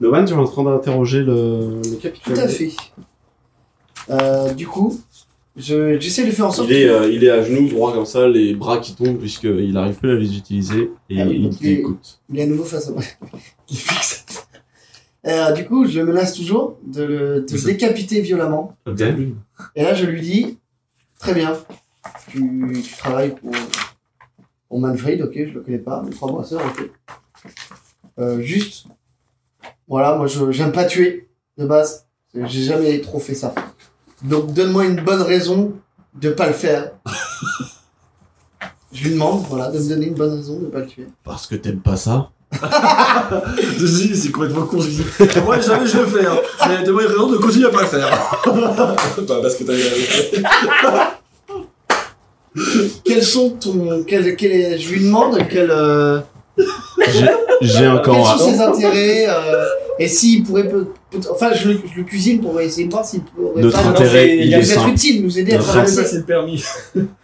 Novan, tu es en train d'interroger le, le Tout capitaine. à fait. Euh, du coup, je- j'essaie de faire en sorte Il est, que- euh, il est à genoux, droit comme ça, les bras qui tombent puisqu'il n'arrive plus à les utiliser et Ah oui, il donc il est- t'écoute. Il est à nouveau face à moi. Il fixe. Euh, du coup, je le menace toujours de le, de le Ça- décapiter violemment. Ok. Et là, je lui dis Très bien, tu, tu travailles pour, pour Manfred, ok, je le connais pas, mais crois-moi, ça, ok. Euh, juste, voilà, moi, je j'aime pas tuer, de base. J'ai jamais trop fait ça. Donc, donne-moi une bonne raison de pas le faire. je lui demande, voilà, de me donner une bonne raison de pas le tuer. Parce que t'aimes pas ça Je dis, c'est complètement con, je dis. Moi, jamais je le fais, hein. Mais de moi, il raison de continuer à pas le faire. bah, parce que t'as eu la raison. Quels sont ton. quel- quel est- je lui demande quel, euh, J'ai- J'ai un quels camp sont à... ses intérêts euh, et s'il pourrait. peut- peut- enfin, je le, je le cuisine pour essayer de voir s'il pourrait Notre pas. intérêt, c'est- il Il est va être simple. utile, nous aider à Notre traverser. c'est le permis.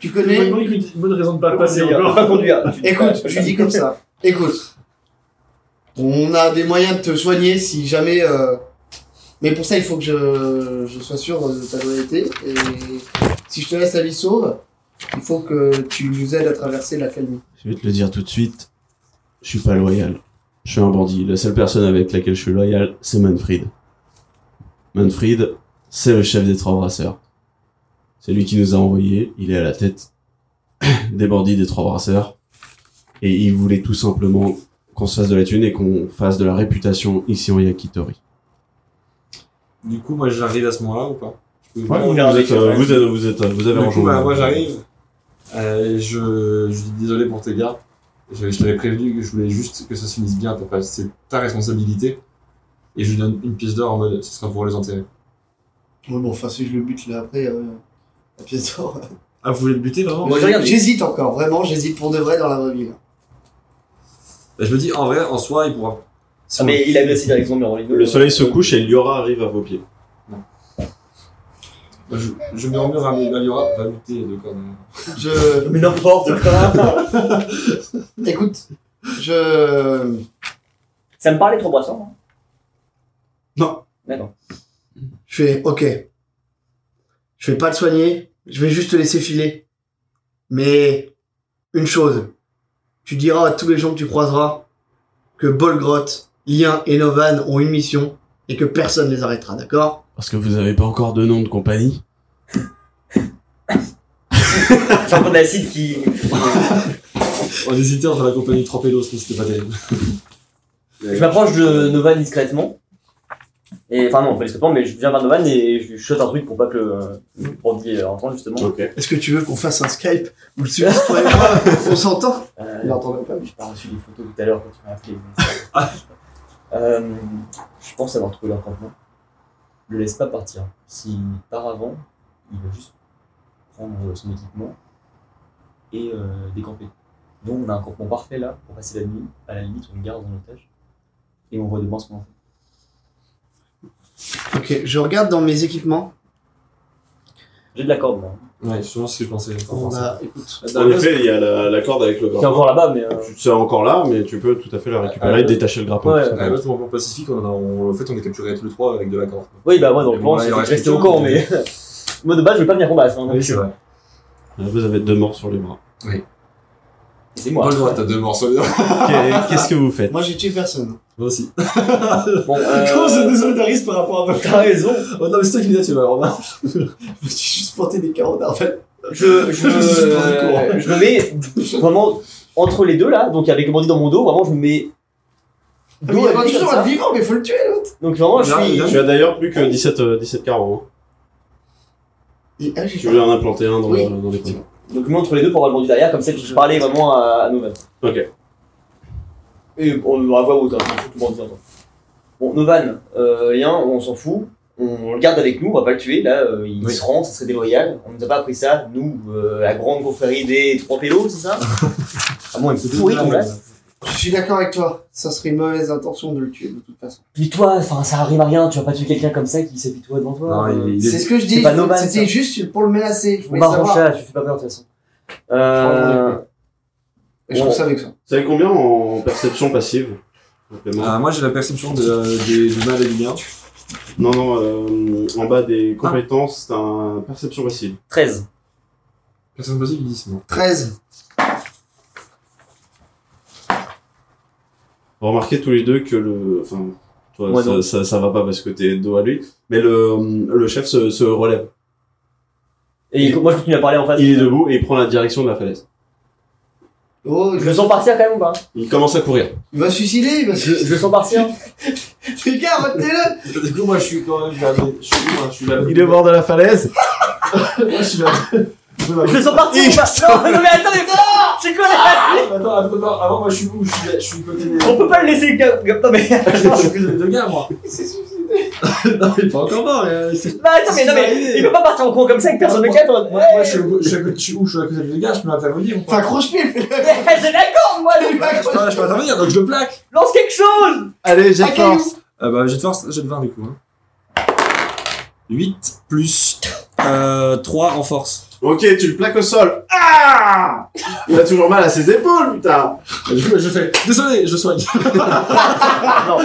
Tu Je me connais demande une bonne raison de pas le Pas passer. conduire, encore. pas conduire. Écoute, je lui dis comme ça. Écoute, on a des moyens de te soigner si jamais. euh, mais pour ça, il faut que je, je sois sûr de ta loyauté. Et si je te laisse la vie sauve, il faut que tu nous aides à traverser la calmie. Je vais te le dire tout de suite, je suis pas loyal. Je suis un bandit. La seule personne avec laquelle je suis loyal, c'est Manfred. Manfred, c'est le chef des trois brasseurs. C'est lui qui nous a envoyés. Il est à la tête des bandits des trois brasseurs. Et il voulait tout simplement qu'on se fasse de la thune et qu'on fasse de la réputation ici en Yakitori. Du coup, moi, j'arrive à ce moment-là ou pas Je peux- vous, regardez, êtes, euh, ouais. vous, êtes- vous êtes- vous avez Du coup, rejoint. bah, moi j'arrive. Euh, je, je dis désolé pour tes gars. Je, je t'avais prévenu que je voulais juste que ça se finisse bien. t'as pas- C'est ta responsabilité. Et je lui donne une pièce d'or en mode ce sera pour les enterrer. Ouais, bon, enfin, si je le bute là après, euh, la pièce d'or. Ah, vous voulez le buter vraiment Moi, j'ai regardé. J'hésite encore, vraiment, j'hésite pour de vrai dans la vraie vie. là. bah, Je me dis en vrai, en soi, il pourra. si Ah, on- mais il agresse directement mais on rigole. Le soleil se couche et Liora arrive à vos pieds. Moi, Bah, Je, je murmure à mes Valiora, va euh, buter le corps. de- Je. Mais n'importe quoi Écoute, je. Ça me parlait trop boisson. Je fais OK. Je vais pas le soigner, je vais juste te laisser filer. Mais une chose, tu diras à tous les gens que tu croiseras que Bolgrot, Lien et Novan ont une mission et que personne les arrêtera, d'accord Parce que vous avez pas encore de nom de compagnie. hein. J'ai un peu d'acide qui. On hésitait entre la compagnie de trois pélos, mais c'était pas terrible. Je m'approche de Novan discrètement. Et enfin non, pas discrètement, mais je viens vers Novan et je lui shot un truc pour pas que le le bandit entende justement. Ok. Est-ce que tu veux qu'on fasse un Skype où le sujet, toi et moi, on s'entend Euh, Il n'entendait pas, J'ai pas reçu les photos tout à l'heure quand tu m'as appelé. mais ça, je sais pas. Euh, je pense avoir trouvé leur campement. Ne le laisse pas partir. S'il part avant, il va juste prendre son équipement et euh, décamper. Donc on a un campement parfait là pour passer la nuit. À la limite, on le garde en otage et on voit demain ce qu'on en fait. Ok, je regarde dans mes équipements. J'ai de la corde moi. Ouais, justement, c'est ce que je pensais. Enfin, On c'est- a, écoute, Dans En la- effet, il y a la, la corde avec le Qui est grappin. encore là-bas, mais. euh, C'est encore là, mais tu peux tout à fait la Ah, récupérer, ouais. détacher le Euh, grappin. Ouais. tout À la simplement. base, mon plan pacifique, on en, a, on- en fait, on est capturés tous les trois avec de la corde. Oui, bah moi dans Mais le bon, là, plan, il c'est reste resté quelqu'un, au camp, mais- mais. moi de base, je vais pas venir combattre. hein, donc, euh, vrai. Là, Vous avez deux morts sur les bras. et c'est moi. Bonjour, t'as deux morceaux. Qu'est- Qu'est-ce que vous faites moi j'ai tué personne. Moi aussi. Bon, euh, Comment se désolidarise par rapport à moi T'as raison. Oh non, mais c'est toi qui l'as tué, alors. non. Je me suis juste planté des carreaux d'arvel. je, je, Je suis pas au courant. je me mets vraiment entre les deux là, donc avec le bandit dans mon dos, vraiment je me mets. Ah, mais Il Dos y à a dos pas comme toujours Ah, à ça. être vivant, mais faut le tuer l'autre. Donc vraiment je Là, suis. là, Tu as d'ailleurs plus que 17, euh, 17 carreaux. hein. Et- ah, j'ai Tu veux en implanter un dans, Oui. le- dans les coins. Donc je me mets entre les deux pour avoir le bandit derrière, comme ça je parlais vraiment à, à Novan. Ok. Et on va voix haute, hein, on s'en fout tout le bandit. hein. Bon, Novan, euh, rien, on s'en fout. On le garde avec nous, on va pas le tuer, là, euh, il Oui. se rend, ça serait déloyal. On nous a pas appris ça, nous, euh, la grande confrérie des trois pélos, c'est ça Vraiment, il me fait pourrir ton blaze. Je suis d'accord avec toi, ça serait une mauvaise intention de le tuer de toute façon. Puis toi, enfin, ça arrive à rien, tu vas pas tuer quelqu'un comme ça qui s'apitoie devant Non, toi. Euh, il, il C'est est. ce que je dis, c'est pas normal, c'était ça. juste pour le menacer. Je On voulais barre savoir. chat, tu fais pas peur de toute façon. Euh, Et Je trouve ça avec ça. Oh. Vous savez combien en perception passive Complément. Euh, moi, j'ai la perception de, euh, des, du mal et du bien. Non, non, euh, en bas des compétences, t'as un perception facile. 13. Personne possible, 10, non. 13. Remarquez tous les deux que le. Enfin, toi, Moi, ça, non. ça, ça va pas parce que t'es dos à lui, mais le, euh, le chef se, se relève. Et il- moi, je continue à parler en face. Il est debout et il prend la direction de la falaise. Oh, Je le sens partir quand même ou pas hein Il commence à courir. il va se suicider, il va se je, je le sens partir Les gars, retenez-le Du coup, moi, je suis quand même. Je suis, je suis, où, hein je suis là. bord de la falaise. Moi, je suis là. Je le sens partir ou pas non, non, mais attendez, c'est quoi là Attends, attends, attends, avant, moi, je suis où je suis, là- je suis côté des. On peut pas le laisser. ga- ga- Non, mais. je suis côté des deux gars, moi. Il s'est suicidé. non, il est pas encore mort. mais, euh, c'est- Bah, attends, mais, non, mais il peut pas partir en courant comme ça avec personne ne capte. en mode, Moi, moi, je suis au- je suis à côté- je suis où Je suis à côté des deux gars, je peux intervenir. ou pas Enfin, croche-pied, fais-le Hey, J'ai Eh, d'accord, moi, le- Ouais, je peux, je peux intervenir, donc je le plaque. lance quelque chose Allez, j'ai Ah, caillou Euh, bah, j'ai de force, j'ai de 20 du coup. Hein. 8 plus euh, 3 en force. Ok, tu le plaques au sol. Ah Il a toujours mal à ses épaules, putain. Et Bah, du coup, je fais désolé, je soigne. Ah, Non.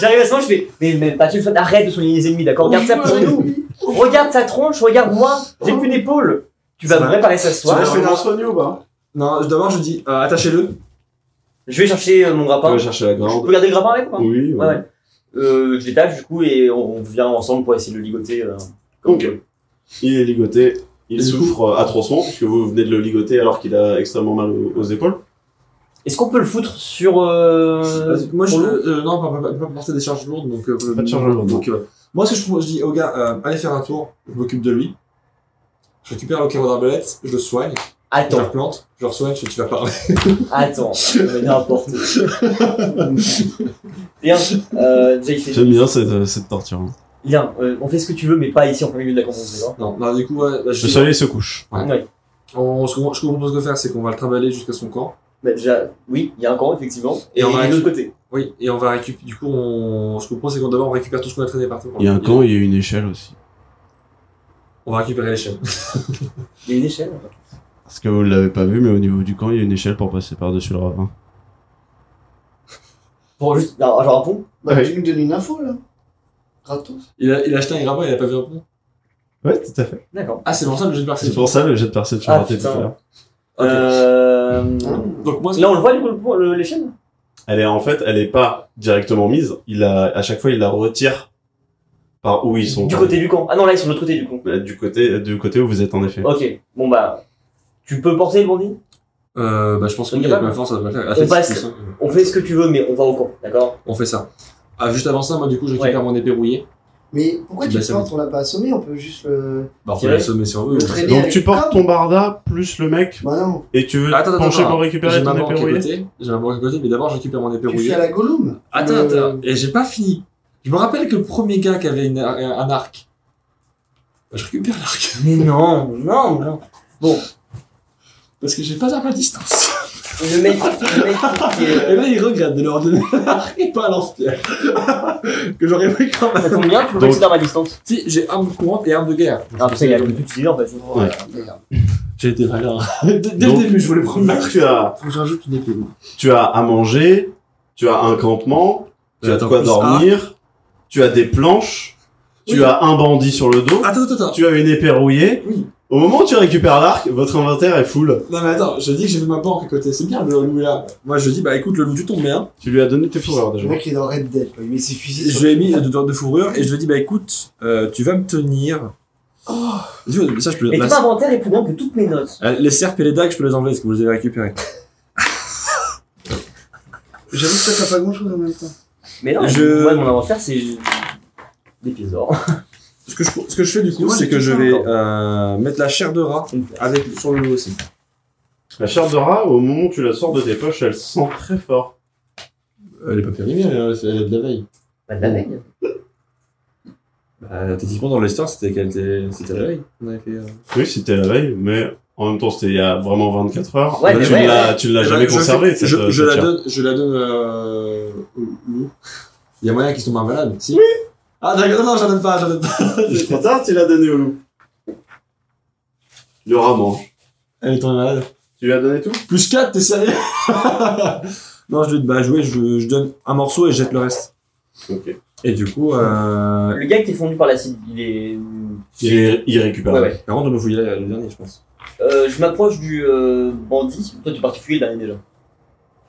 J'arrive à ce moment, je fais Mais, mais bah, tu le fais, arrête de soigner les ennemis, d'accord Regarde ça pour nous Regarde sa tronche, regarde moi J'ai plus d'épaule Tu vas Ça me va. réparer ça ce Tu vois, soir je fais d'un soigné ou pas Non, d'abord, je dis euh, attachez-le. Je vais chercher euh, mon On grappin. va chercher la Je peux grande. garder le grappin avec moi Oui, Ouais, ouais. Euh, je l'étape du coup et on on vient ensemble pour essayer de le ligoter. euh, comme Ok. on peut. Il est ligoté. Il Et du souffre euh, atrocement puisque vous venez de le ligoter alors qu'il a extrêmement mal aux, aux épaules. Est-ce qu'on peut le foutre sur. euh, Parce que moi, je, pour le- euh, non, pas, pas, pas porter des charges lourdes, donc. euh, Pas de charges lourdes, donc, euh, moi, ce que je trouve, je dis au gars, euh, allez faire un tour. Je m'occupe de lui. Je récupère le carreau d'arbalète, je le soigne, je le Attends, plante, je le soigne, je fais, tu vas parler. attends, mais n'importe. Bien, euh, déjà il fait. J'aime bien cette, euh, cette torture. hein. Bien, euh, on fait ce que tu veux, mais pas ici en plein milieu de la conférence. d'accord Non, non, du coup, ouais, bah, je Le dis- soleil se couche. Ouais. Ouais. on, ce qu'on ce qu'on propose de faire, c'est qu'on va le trimballer jusqu'à son camp. Bah, déjà, oui, il y a un camp effectivement. Et Et, on il va- est de l'autre côté. Oui, et on va récupérer. Du coup, on... ce qu'on propose, c'est qu'on d'abord on récupère tout ce qu'on a traîné partout. Il y a un camp, il y a une échelle aussi. On va récupérer l'échelle. Il y a une échelle. Parce que vous ne l'avez pas vu, mais au niveau du camp, il y a une échelle pour passer par-dessus le ravin. Bon, juste, non, genre un pont. Bah, Ouais. tu nous donnes une info, là Gratos. Il a, il a acheté un grappin, il a pas vu un pont. Ouais, tout à fait. D'accord. Ah, c'est pour ça le jeu de C'est perception. pour ça le jet de perception Ah, raté tout putain. à l'heure. Ok. Euh... Donc, moi, ce- Là, on le voit du coup le pont- le- l'échelle Elle est en fait, elle est pas directement mise. Il a, à chaque fois, il la retire par où ils sont. Du côté du camp. Ah non, là, ils sont de l'autre côté du camp. Bah, du côté, du côté où vous êtes en effet. Ok, bon bah. Tu peux porter le bandit euh, bah, je pense que On oui, y avec va ma force, ça va le faire. On Athlétisme, passe. c'est ça. On fait ce que tu veux, mais on va au camp, d'accord On fait ça. Ah, juste avant ça, moi, du coup, je récupère mon épée rouillée. Mais pourquoi Tu tu l'as te plantes On l'a pas assommé, on peut juste le, Bah, on C'est peut la vrai. sommer sur eux. le traîner Donc avec tu portes Cobb. ton barda plus le mec Bah non, et tu veux Attends, te attends, pencher attends. pour récupérer J'ai ma ton banque à épée rouillée côté. J'ai ma banque à côté, mais d'abord, je récupère mon épée tu fais rouillée. à la Gollum. Attends, Euh, attends. Et j'ai pas fini. Je me rappelle que le premier gars qui avait une- un un arc. Bah, je récupère l'arc. Mais non, non, non. Parce que j'ai pas d'arme à distance. Le mec, le mec qui Et est. là, il regrette de leur donner un arc et pas un lance-pierre. que j'aurais pris quand même. Ça tombe bien, tu peux Donc- pas essayer d'arme à distance. Si, j'ai arme courante et arme de guerre. Ah, putain, il a tout utilisé en fait. Voilà, merde. J'ai été valeur. Dès dès Donc- le début, je voulais prendre Donc, l'arc. tu as, Faut que je rajoute une épée. tu as à manger, tu as un campement, tu as Euh, de attends, quoi plus dormir, tu as des planches, tu Oui. as un bandit sur le dos, Attends, attends, attends. tu as une épée rouillée. Oui. Au moment où tu récupères l'arc, votre inventaire est full. Non, mais attends, je dis que j'ai fait ma banque à côté. C'est bien le loup est là. Moi, je dis, bah écoute, le loup du tombe bien. Tu lui as donné tes fourrures Le déjà. mec il est dans Red Dead, quoi. il met ses fusils Je sur lui ai mis deux dents de fourrure et je lui ai dit, bah écoute, euh, tu vas me tenir. Tu vois, ça, je peux Mais la- ton inventaire est plus grand que toutes mes notes. Euh, Les serpes et les dagues, je peux les enlever parce que vous les avez récupérés. J'avoue que ça fait pas grand chose en même temps. Mais non, Je- moi, mon inventaire, c'est. Des pièces d'or. Ce que je, ce que je fais du coup, Moi, c'est j'ai que tout je ça vais encore. euh, mettre la chair de rat Une place. avec sur le loup aussi. La chair de rat, au moment où tu la sors de tes poches, elle sent très fort. elle est pas périmée, elle, est hein, de la veille. Pas de la veille. Bah, techniquement, dans l'histoire, c'était qu'elle était, c'était la veille. On avait fait. euh, Oui, c'était la veille, mais en même temps, c'était il y a vraiment 24 heures. Ouais, tu mais ne ouais, l'as, tu ne l'as Eh ben, jamais je conservée, fais- cette, je, euh, je cette chair. la donne, je la donne. Euh, au loup. Il y a moyen qu'ils tombent malade, si. Ah d'accord, non, j'en donne pas, j'en donne pas. C'est trop tard, tu l'as donné au loup. Le rat mange. Elle est tombée malade. Tu lui as donné tout Plus 4, t'es sérieux Non, je lui dis, bah jouer, je, je donne un morceau et je jette le reste. Ok. Et du coup, euh... Le gars qui est fondu par l'acide, il est. Il est Ouais, irrécupérable. ouais. par contre, on nous fouille le dernier, je pense. Euh, je m'approche du euh, bandit. Toi, tu es parti fouiller le dernier déjà.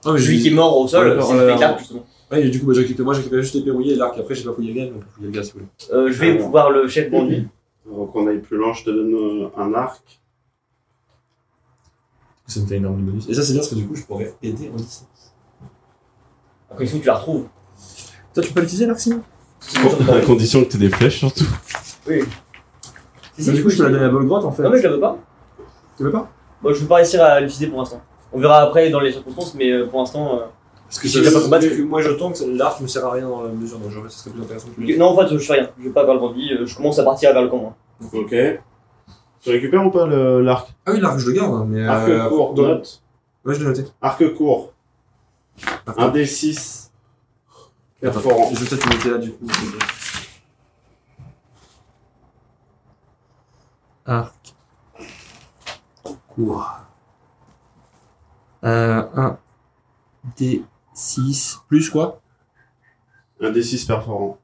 Ah, mais je Celui lui qui est mort au Ouais, sol, d'accord, c'est le euh, fait l'arc, justement. Ouais, et du coup, bah, j'ai récupéré- moi j'ai récupéré juste l'épée rouillée et l'arc. Après, j'ai pas fouillé le gars, donc fouillé le gars si vous voulez. Euh, je vais Ah, voir le chef bandit. Avant qu'on aille plus loin, je te donne euh, un arc. Ça me fait énormément de bonus. Et ça, c'est bien parce que du coup, je pourrais aider en distance. À condition que tu la retrouves. Toi, tu peux l'utiliser l'arc sinon À condition que t'aies des flèches surtout. Si, si, Du coup, je Ah te la l'ai. donne à Bolgrotte en fait. Non, mais je la veux pas. Tu veux pas Moi, je veux pas réussir à l'utiliser pour l'instant. On verra après dans les circonstances, mais euh, pour l'instant. euh, Parce que ça- ça- moi je tombe, l'arc me sert à rien dans la mesure. Donc, genre, ce serait plus intéressant que Non, en fait, je fais rien. Je vais pas vers le bandit. euh, Je commence à partir vers le camp. moi. Ok. Tu récupères ou pas le- l'arc Ah oui, l'arc, je le garde, hein, mais. Arc euh, court, ouais. note. Ouais, je l'ai noté. Arc court. Attends. Un D6. Attends, Perforant. Je vais peut-être le noter là du coup. euh. Arc. Court. Euh, 1 D6 plus quoi Un D6 perforant.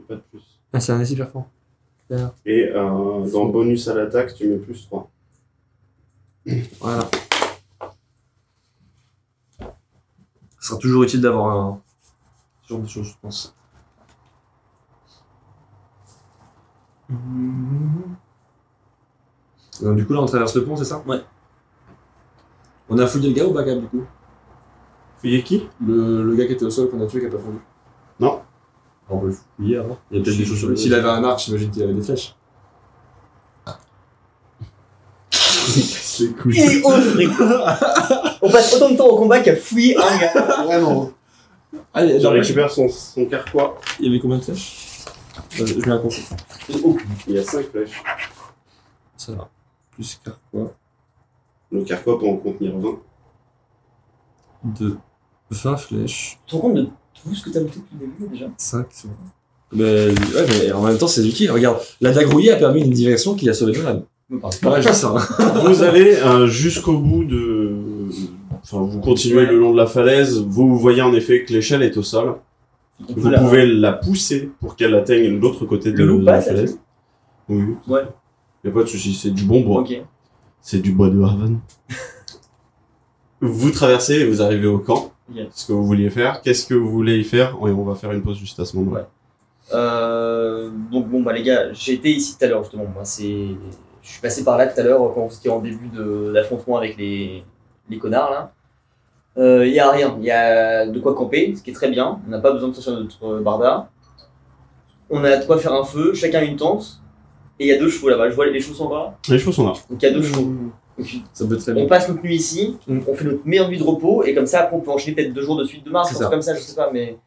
Et Pas de plus. ah, C'est un D6 performant. Et euh, dans bonus à l'attaque, tu mets plus 3. Voilà. Ce sera toujours utile d'avoir un. Ce genre de choses, je pense. Et donc, du coup, là, on traverse le pont, c'est ça Ouais. On a fouillé le gars ou pas, Gab, du coup Fouillez qui le, le gars qui était au sol qu'on a tué, qui a pas fondu Non. On peut le fouiller avant. Il y a peut-être Si- des choses sur lui. S'il avait un arc, j'imagine qu'il avait des flèches. C'est cool. Il est horrible. On passe autant de temps au combat qu'à fouiller un gars. Vraiment. hein. Ah, il y a- Je récupère son, son carquois. il y avait combien de flèches Euh, Je mets un compte. Il y a 5 flèches. Ça va. Plus car quoi Le carquois peut en contenir 20. De 20 flèches, Tu te rends compte de tout ce que t'as noté depuis le début déjà 5 sont. Ben, ouais, mais en même temps, c'est utile. Regarde, la dague rouillée a permis une diversion qui a sauvé Joran. Ouais, je dis ça. hein. Vous allez euh, jusqu'au bout de. Enfin, vous continuez Ouais. le long de la falaise. Vous, vous voyez en effet que l'échelle est au sol. On Vous peut la- pouvez la pousser pour qu'elle atteigne l'autre côté de Le loup la passe falaise. là-dessus Oui. Ouais. Y a pas de souci. C'est du bon bois. Ok. C'est du bois de Haven. vous traversez et vous arrivez au camp. Yeah. C'est Ce que vous vouliez faire. Qu'est-ce que vous voulez y faire Et on va faire une pause juste à ce moment-là. Euh, donc bon bah les gars, j'étais ici tout à l'heure justement. Moi c'est, je suis passé par là tout à l'heure quand vous étiez en début de l'affrontement avec les les connards là. Il y a rien, il y a de quoi camper, ce qui est très bien. On n'a pas besoin de sortir de notre barbare. On a de quoi faire un feu, chacun une tente. Et il y a deux chevaux là-bas. Je vois les chevaux sont en bas. là. Les choses sont là. Donc il y a deux chevaux. Mm. Donc, Ça peut être très on bien. passe notre nuit ici, Mm. on fait notre meilleure nuit de repos et comme ça après on peut enchaîner peut-être deux jours de suite de marche, C'est un ça. truc comme ça, je sais pas, mais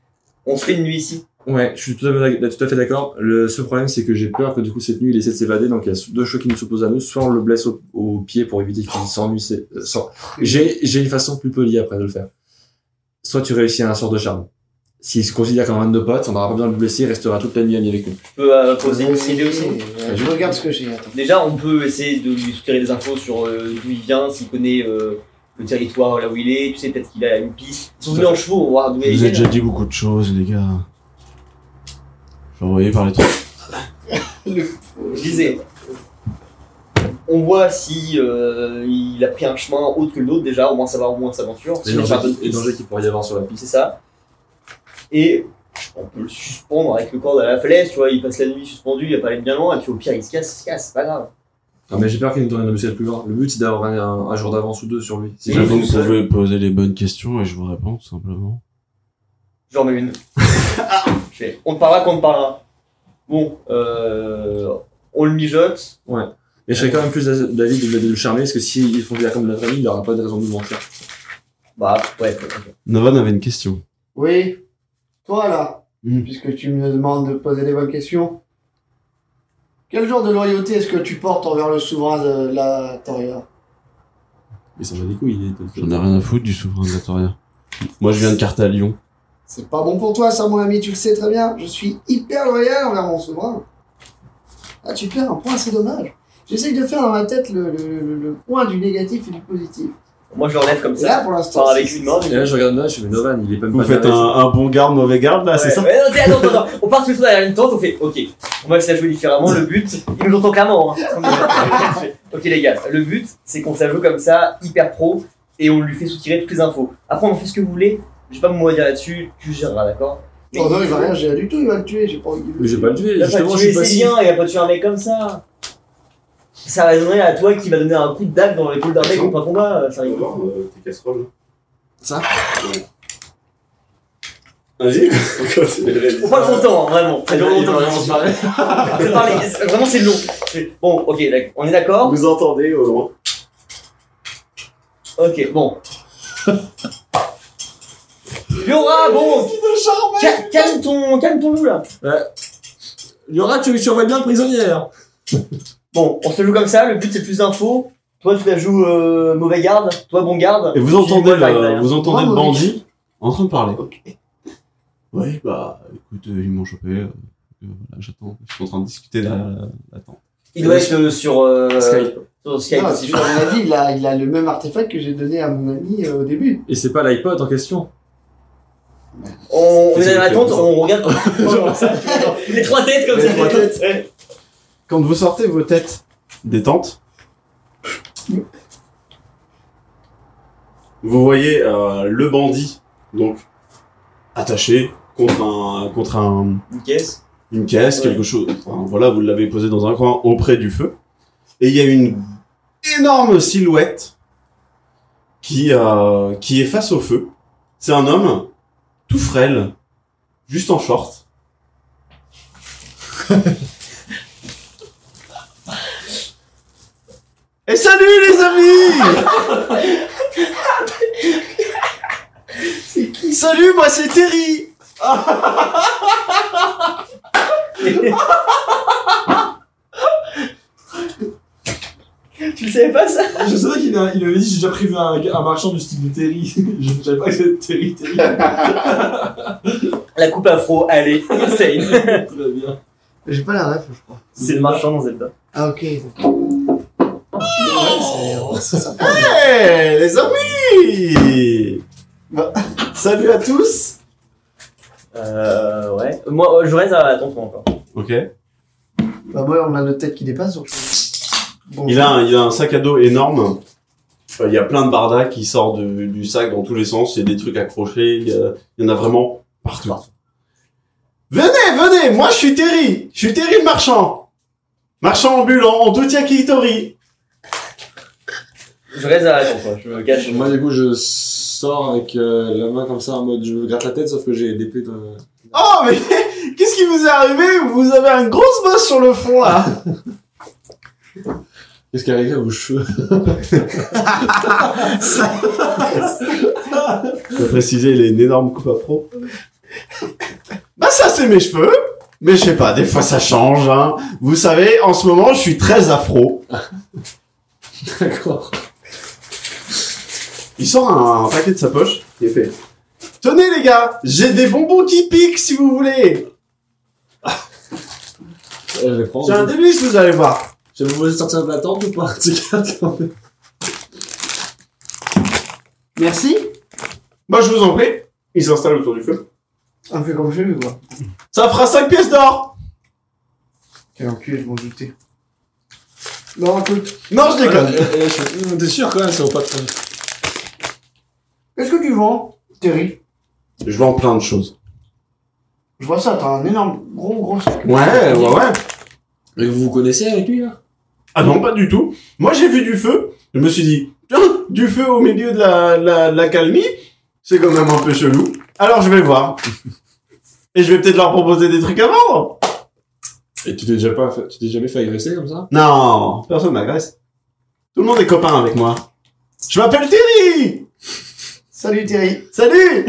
on se fait une nuit ici. Ouais, je suis tout à fait, d'ac- tout à fait d'accord. Le seul problème, c'est que j'ai peur que du coup, cette nuit, il essaie de s'évader. Donc, il y a deux choix qui nous s'opposent à nous. Soit on le blesse au, au pied pour éviter qu'il s'ennuie. c'est- euh, sans- J'ai j'ai une façon plus polie après de le faire. Soit tu réussis un sort de charme. S'il se considère comme un de nos potes, on n'aura pas besoin de le blesser, il restera toute la nuit ami avec nous. Je peux euh, poser une idée aussi. Euh, Je regarde ce que j'ai. attends. Déjà, on peut essayer de lui tirer des infos sur euh, d'où il vient, s'il connaît euh, le territoire là où il est, tu sais, peut-être qu'il a une piste. Ils sont venus en chevaux, on va voir d'où il Vous avez vient. déjà dit beaucoup de choses, les gars. Je vais envoyer par les trous. Je disais, on voit si euh, il a pris un chemin autre que l'autre, déjà, au moins savoir au moins de sa aventure. Les Sinon, dangers pas de qui- les piste. dangers qu'il pourrait y avoir sur la piste. C'est ça. Et on peut le suspendre avec le corde à la falaise, tu vois, il passe la nuit suspendu, il va pas aller bien loin, et puis au pire, il se casse, il se casse, c'est pas grave. Ah, mais j'ai peur qu'il nous tourne une embuscade plus loin. Le but, c'est d'avoir un, un- un jour d'avance ou deux sur lui. Si J'avoue jamais- que vous pouvez poser les bonnes questions et je vous réponds tout simplement. J'en mets une. Ah. Je fais, on te parlera quand on te parlera. Bon, euh, on le mijote. Mais je serais quand même plus d'avis de, de le charmer, parce que s'il font considère comme notre ami, il n'aura pas de raison de nous mentir. Bah ouais, ouais, ouais. Navan avait une question. Oui. Toi là, Mm. puisque tu me demandes de poser les bonnes questions. Quel genre de loyauté est-ce que tu portes envers le souverain de la Toria Mais ça va des couilles. Il J'en ai rien à foutre du souverain de la Toria. Moi, je viens de Cartalion. C'est pas bon pour toi, ça, mon ami, tu le sais très bien. Je suis hyper loyal envers mon souverain. Ah, tu perds un point, c'est dommage. J'essaye de faire dans ma tête le, le- le- le point du négatif et du positif. Moi, je l'enlève comme ça. Là, pour l'instant. Enfin, avec c'est- une main. Et là, je regarde là, je fais, mais Novan, il est pas même Vous pas faites un, derrière. un bon garde, mauvais garde, là, c'est Ouais, ça ouais, non, t'es- attends, attends, attends. On part tous les trois derrière une tente, on fait ok, on va se la jouer différemment. Le but, il nous entend clairement. hein. ok, les gars, le but, c'est qu'on se la joue comme ça, hyper pro, et on lui fait soutirer toutes les infos. Après, on en fait ce que vous voulez, je vais pas me dire là-dessus, tu géreras, d'accord Mais Oh non, il va rien gérer du tout, il va le tuer, j'ai pas envie de le Mais j'ai tuer. pas le tuer, Il a pas justement, je tué suis pas si. Syrien, il a pas tué un mec comme ça. Ça raisonnerait à toi qui va donner un coup de dague dans l'épaule d'un mec contre un combat, euh, ça On va rigole. voir euh, tes casseroles. Ça Ouais. Vas-y, on continue, Faut vas-y. pas longtemps, hein, vraiment. Ça Il dure va longtemps. vraiment se barrer. Je vais parler, c'est- Vraiment, c'est long. C'est- Bon, ok, d'ac- on est d'accord Vous entendez au loin. Ok, bon. Yora, bon Ca- Calme ton, calme ton loup là Yora, tu surveilles bien le prisonnière. Bon, on se joue comme ça, le but c'est plus d'infos. Toi tu la joues euh, mauvais garde, toi bon garde. Et vous Puis entendez, moi, j'arrive le, derrière. vous entendez Ouais, le mauvais bandit en train de parler. Ok. Oui, bah, écoute, euh, ils m'ont chopé. euh, euh, voilà, j'attends. Je suis en train de discuter derrière la, la tente. Il doit être euh, sur, euh, Skype. sur Skype. Non, c'est c'est juste juste- à mon avis, il a, il a le même artefact que j'ai donné à mon ami euh, au début. Et c'est pas l'iPod en question. On, on Qu'est-ce est que dans la tu tente, fais on regarde. les trois têtes comme ça. Quand vous sortez vos têtes des tentes, Vous voyez euh, le bandit, donc attaché contre un, contre un, Une caisse. une caisse, Ouais. quelque chose. enfin, voilà, vous l'avez posé dans un coin auprès du feu. Et il y a une énorme silhouette qui, euh, qui est face au feu. C'est un homme tout frêle, juste en short. Et salut les amis Salut, moi c'est Terry tu le savais pas ça Je savais qu'il a- il avait dit j'ai déjà prévu un, un marchand du style de Terry. je savais pas que c'était Terry Terry. La coupe afro, elle est insane. Très bien. J'ai pas la ref, je crois. C'est le marchand dans Zelda. Ah, ok. Ouais, c'est ça. Hey les amis Bah. Salut à tous Euh, ouais. Moi, euh, je reste à la tente moi, encore. Ok. Bah, ouais, on a notre tête qui dépasse, donc. euh, Bon, Il a, un, il a un sac à dos énorme. Euh, Il y a plein de bardas qui sortent du, du sac dans tous les sens. Il y a des trucs accrochés. Il y, a- il y en a vraiment partout. Venez, venez Moi, je suis Terry Je suis Terry le marchand Marchand ambulant, en tout yakitori Je reste à la tente, moi. Je me cache. Moi, du coup, je sors avec euh, la main comme ça en mode je me gratte la tête, sauf que j'ai l'épée de. Oh, mais qu'est-ce qui vous est arrivé Vous avez une grosse bosse sur le front, là Qu'est-ce qui est arrivé à vos cheveux Pour préciser, il a une énorme coupe afro. bah ça c'est mes cheveux. Mais je sais pas, des fois ça change. Hein. Vous savez, en ce moment, je suis très afro. D'accord. Il sort un, un paquet de sa poche. Il fait. Tenez les gars, j'ai des bonbons qui piquent si vous voulez. Euh, Je vais prendre. J'ai un délice, vous allez voir. J'ai proposé de sortir de la tente ou pas Tu gardes- Merci. Moi Bah, je vous en prie. Il s'installe autour du feu. On me fait comme je veux, quoi. Ça fera 5 pièces d'or. Quel enculé, je m'en doutais. Non, écoute. Non, je Voilà, déconne. et- et là, je fais, Hum, T'es sûr quand même, ça vaut pas de prendre. Qu'est-ce que tu vends, Terry Je vends plein de choses. Je vois ça, t'as un énorme gros gros sac. Ouais, ouais, ouais. Mais vous vous connaissez avec lui là Ah non, pas du tout. Moi, j'ai vu du feu. Je me suis dit, tiens, du feu au milieu de la, la, la calmie, c'est quand même un peu chelou. Alors, je vais voir. Et je vais peut-être leur proposer des trucs à vendre. Et tu t'es déjà pas fait- tu t'es jamais fait agresser comme ça Non, personne m'agresse. Tout le monde est copain avec moi. Je m'appelle Terry. Salut, Terry. Salut.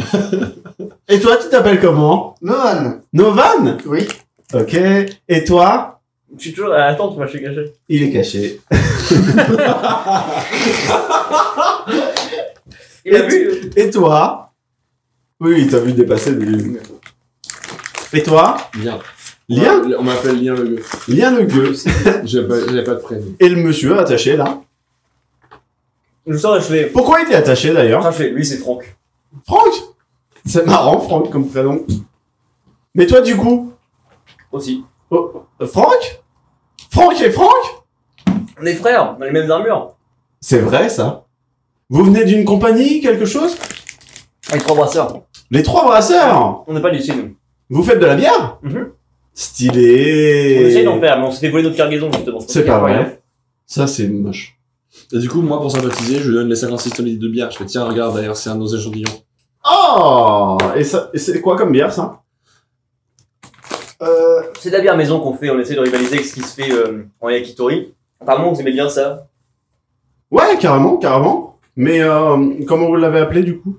Et toi, tu t'appelles comment Novan. Novan. Oui. Ok. Et toi Je suis toujours à la tente, moi, je suis caché. Il est caché. Il a vu Et toi Oui, il t'a vu dépasser. lui. Et toi Lien. Lien On m'appelle Lien le gueux. Lien le gueux. J'avais pas, j'avais pas de prénom. Et le monsieur attaché là Je sors et je fais. Pourquoi il était attaché d'ailleurs Enfin, je fais, lui c'est Franck. Franck C'est marrant, Franck, comme prénom. Mais toi, du coup, Aussi. euh, Franck Franck et Franck On est frères, on a les mêmes armures. C'est vrai, ça Vous venez d'une compagnie, quelque chose Avec trois brasseurs. Les trois brasseurs On n'est pas du chez nous. Vous faites de la bière Mhm. Stylé On essaye d'en faire, mais on s'est fait voler notre cargaison justement. C'est pas vrai. Ça, c'est moche. Et du coup, moi, pour sympathiser, je lui donne les 56 tonnes de bière. Je fais, tiens, regarde, d'ailleurs, c'est un de nos échantillons. Oh Et, ça, et c'est quoi comme bière, ça Euh, C'est de la bière maison qu'on fait, on essaie de rivaliser avec ce qui se fait euh, en yakitori. Apparemment, vous aimez bien ça. Ouais, carrément, carrément. Mais euh, comment vous l'avez appelé, du coup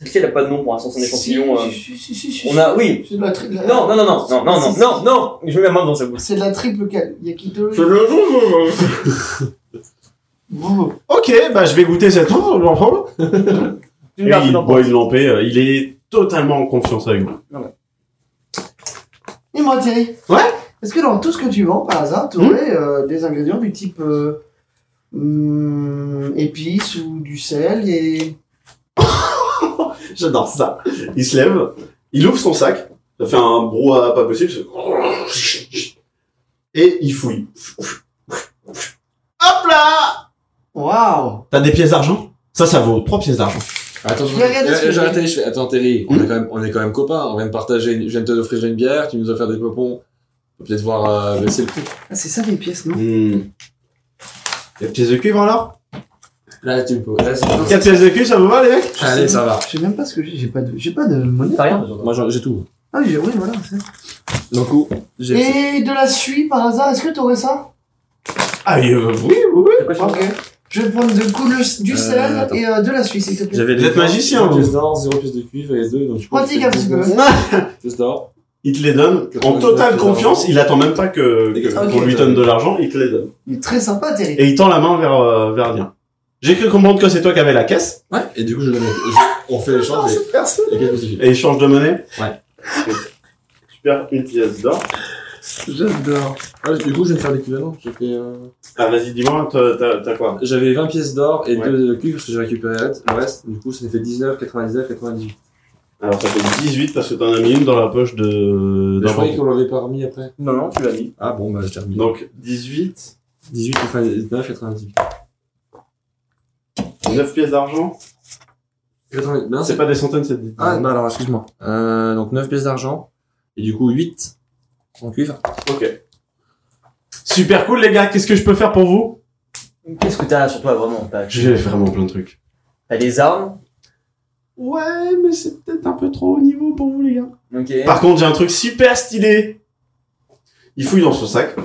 Celle-ci, elle a pas de nom pour l'instant, son échantillon. euh, si, si, si, si, On a, oui. C'est de la triple. Non, non, non, non, non, non, non, non, non. Je mets ma main dans sa bouche. C'est de la triple cal. Yakitori. Vous, Ok, bah je vais goûter cette chose, Tu Et me gardes il dans boit une lampée, euh, il est totalement en confiance avec vous. Et moi, Thierry. Ouais. Est-ce que dans tout ce que tu vends, par hasard, Hmm. tu aurais euh, des ingrédients du type euh, hum, épices ou du sel et J'adore ça. Il se lève, il ouvre son sac, ça fait un brouhaha pas possible, c'est- et il fouille. Hop là Waouh T'as des pièces d'argent Ça, ça vaut trois pièces d'argent. Attends, Je vais regarder ce que j'ai j'ai. arrêté, je fais, attends, Terry, on, Hmm est quand même, on est quand même copains, on vient de partager, une- je viens de te offrir une bière, tu nous as offert des popons. On peut Peut-être voir euh, baisser le prix. Ah, C'est ça les pièces, non Hmm. Des pièces de cuivre alors Là, tu me poses. Là, c'est- Quatre pièces de cuivre, ça vous va les mecs Je Allez, sais- ça va. Je sais même pas ce que j'ai. J'ai pas de, j'ai pas de monnaie. T'as rien besoin. Moi, j'en- j'ai tout. Ah oui, j'ai- oui, voilà. c'est- Donc, coup, j'ai. Et de la suie, par hasard, est-ce que tu aurais ça Ah euh, oui, oui, oui. T'as quoi sur toi Je vais prendre deux coups de- du Euh, sel attends. et euh, de la suie, s'il te plaît. J'avais Vous êtes magicien, vous. 0 pièces d'or, 0 pièces de cuivre et 2, donc je Pratique un petit peu. pièces d'or. Il te les donne en 99 totale pièces confiance, d'argent. il attend même pas que, que- Ok. qu'on lui donne de l'argent, il te les donne. Il est très sympa, Thierry. Et il tend la main vers, euh, vers Adrien. J'ai cru comprendre que c'est toi qui avais la caisse. Ouais, et du coup, je donne. je- On fait l'échange et. personne. Et qu'est-ce que tu fais Et échange de monnaie Ouais. Super, une pièce d'or. J'adore. Ouais, Du coup, je vais me faire l'équivalent. J'ai fait, euh, Ah, vas-y, dis-moi, t'as- t'as t'as quoi J'avais 20 pièces d'or et Ouais. 2 de cuivre parce que j'ai récupéré le reste. Du coup, ça fait 19, 99, 98. Alors, ça fait 18 parce que t'en as mis une dans la poche de. Je d'un croyais bandit. qu'on l'avait pas remis après. Non, non, tu l'as mis. Ah bon, bah, je l'ai remis. Donc, 18, 18, 99, 98. 9 pièces d'argent. 80 Non, C'est Ah, c'est pas des centaines, c'est des. Ah, bah alors, excuse-moi. Euh, donc 9 pièces d'argent et du coup 8 en cuivre. ok. Super cool, les gars, qu'est-ce que je peux faire pour vous Qu'est-ce que t'as sur toi vraiment T'as J'ai vraiment plein de trucs. t'as des armes Ouais, mais c'est peut-être un peu trop haut niveau pour vous, les gars. Ok. Par contre, j'ai un truc super stylé. Il fouille dans son sac.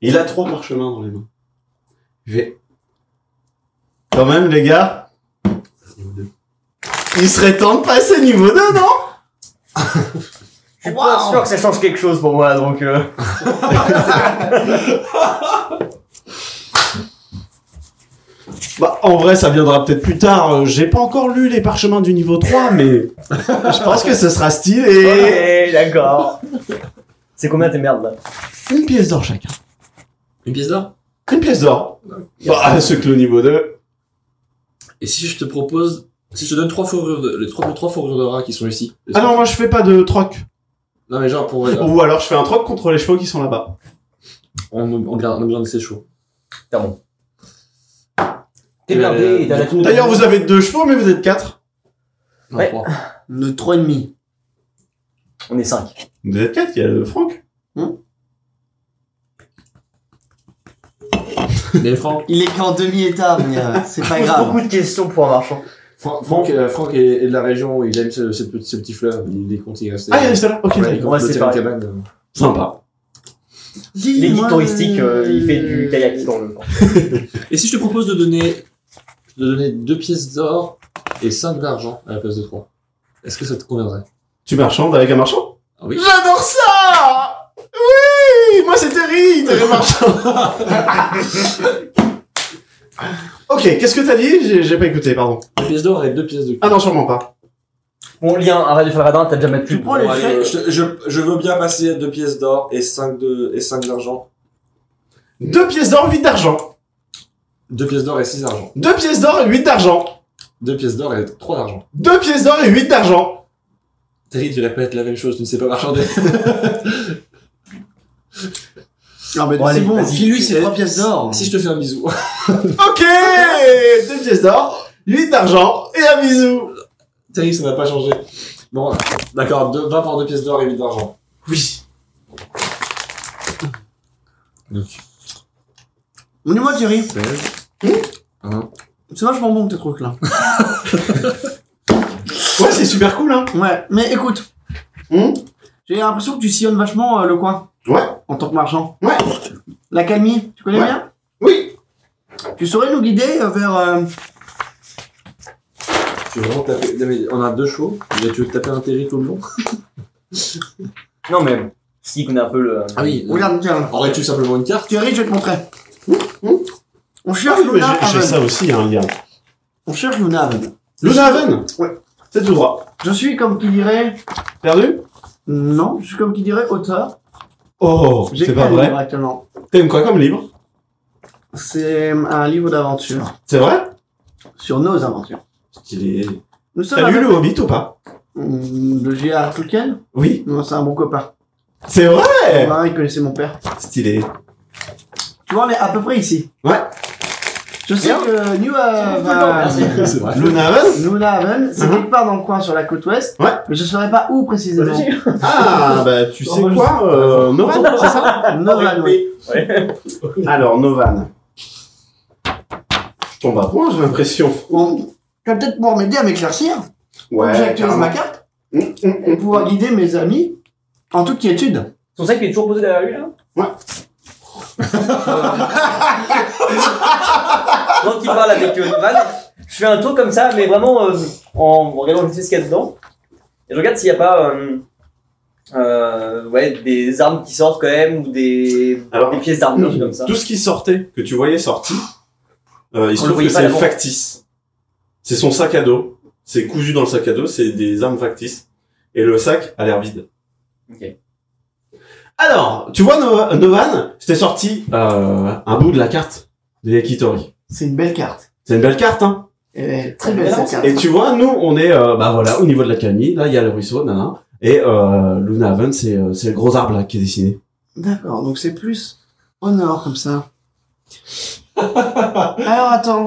Il a trois parchemins dans les mains. Je vais. Quand même, les gars, il serait temps de passer niveau 2, non Je suis pas sûr que ça change quelque chose pour moi, donc. euh, Bah, en vrai, ça viendra peut-être plus tard. Euh, J'ai pas encore lu les parchemins du niveau 3, mais je pense que ce sera stylé. Ok, d'accord. C'est combien tes merdes là Une pièce d'or chacun. Une pièce d'or Une pièce d'or. Bah, ce que le niveau 2. Et si je te propose. Si je te donne 3 fourrures de. Les 3, fourrures de rats qui sont ici. Ah non, moi je fais pas de troc. Non, mais genre pour. euh, Oh. on, Ou alors je fais un troc contre les chevaux qui sont là-bas. on garde- on a besoin de ces chevaux. T'as bon. T'es Euh, merdé, t'as la du coup, D'ailleurs, vous avez deux chevaux, mais vous êtes quatre. Non, Ouais. trois. Le 3,5. On est 5. Vous êtes quatre, il y a le Franck. Mais Franck. Il est qu'en demi-état, mais euh, c'est pas Pose grave. beaucoup de questions pour un marchand. Franck, Franck, euh, Franck est, est de la région, il aime ce, ce petit, ce petit fleuve, il est content, il reste. euh, Ah, il reste là, ok. Ouais, il on va compte séparer. une cabane. euh. Sympa. Il est guide touristique, euh, il fait du kayak dans le. Et si je te propose de donner, de donner 2 pièces d'or et 5 d'argent à la place de 3 Est-ce que ça te conviendrait Tu marchandes avec un marchand Ah oui J'adore ça Oui Moi c'est Terry, Terry marchand Ok, qu'est-ce que t'as dit J'ai- J'ai pas écouté, pardon. 2 pièces d'or et 2 pièces de Ah non, sûrement pas. Bon, lien, arrête de faire le radin, t'as déjà plus. Tu prends les Bon, allez, euh, feuilles. je, je, je veux bien passer à 2 pièces d'or et 5 de, et 5 d'argent. Deux pièces d'or, huit d'argent. Deux pièces d'or et six d'argent. 2 pièces d'or et 8 d'argent. Deux pièces d'or et trois d'argent. 2 pièces d'or et 8 d'argent. Terry, tu répètes la même chose, tu ne sais pas marchander. Non, mais Bon, c'est allez, bon, vas-y. file-lui ses Eh, trois pièces d'or. si je te fais un bisou. Ok 2 pièces d'or, 8 d'argent et un bisou. Terry, ça n'a pas changé. Bon, d'accord, deux- 20 pour deux pièces d'or et 8 d'argent. Oui. Dis-moi, Thierry, Hein 16. c'est vachement bon tes trucs là. Ouais, c'est super cool, hein. Ouais, mais écoute. Hmm J'ai l'impression que tu sillonnes vachement euh, le coin. Ouais. En tant que marchand. Ouais. La Calmie, tu connais Ouais. bien Oui. Tu saurais nous guider euh, vers. euh, Tu veux vraiment taper. Non, mais on a deux chevaux, mais tu veux taper un Terry tout le long Non, mais s'il connaît un peu le. Ah oui. Regarde, tiens. Aurais-tu simplement une carte Thierry, je vais te montrer. On cherche Oui, Hein Ah, mais Luna j'ai- J'ai Haven. ça aussi, hein, lien. On cherche Luna Haven. Luna Haven Ouais. C'est tout droit. Je suis comme qui dirait. Perdu Non, je suis comme qui dirait auteur. Oh, J'ai c'est pas un vrai. livre actuellement. T'aimes quoi comme livre C'est un livre d'aventure. C'est vrai Sur nos aventures. Stylé. Nous sommes. T'as lu avec- le Hobbit ou pas Hmm, De J.R. Tolkien Oui. Non, c'est un bon copain. C'est vrai Eh. Ouais, il connaissait mon père. Stylé. Tu vois, on est à peu près ici. Ouais. Je sais Bien. que euh, bah, New Merci. Haven, C'est vrai. Ah, Luna Haven New Haven, c'est Mhm. quelque part dans le coin sur la côte ouest. Ouais. Mais je saurais pas où précisément. Ah, bah tu sais Oh, quoi euh, Novan, c'est ça Novan, oui. Alors, Novan. Je tombe à point, j'ai l'impression. Bon, tu vas peut-être pouvoir m'aider à m'éclaircir. Ouais. J'actualise carrément. Mm, ma carte. Et pouvoir guider mes amis en toute quiétude. Son sac il est toujours posé derrière lui là Ouais. Quand il parle avec euh, Novan, je fais un tour comme ça, mais vraiment euh, en regardant je sais ce qu'il y a dedans. Et je regarde s'il n'y a pas euh, euh, ouais, des armes qui sortent quand même ou des, Alors, des pièces d'armure comme ça. Tout ce qui sortait, que tu voyais sorti, euh, il On se le trouve voyait que pas c'est d'avant. factice. C'est son sac à dos. C'est cousu dans le sac à dos, c'est des armes factices. Et le sac a l'air vide. Ok. Alors, tu vois, Nova- Novan, c'était sorti euh, un bout de la carte de Yakitori. C'est une belle carte. C'est une belle carte, hein Elle est très belle cette carte. et tu vois, nous, on est, euh, bah voilà, au niveau de la calmie, là, il y a le ruisseau, nana. Et euh, Luna Haven, c'est euh, c'est le gros arbre là qui est dessiné. D'accord, donc c'est plus au nord comme ça. Alors attends.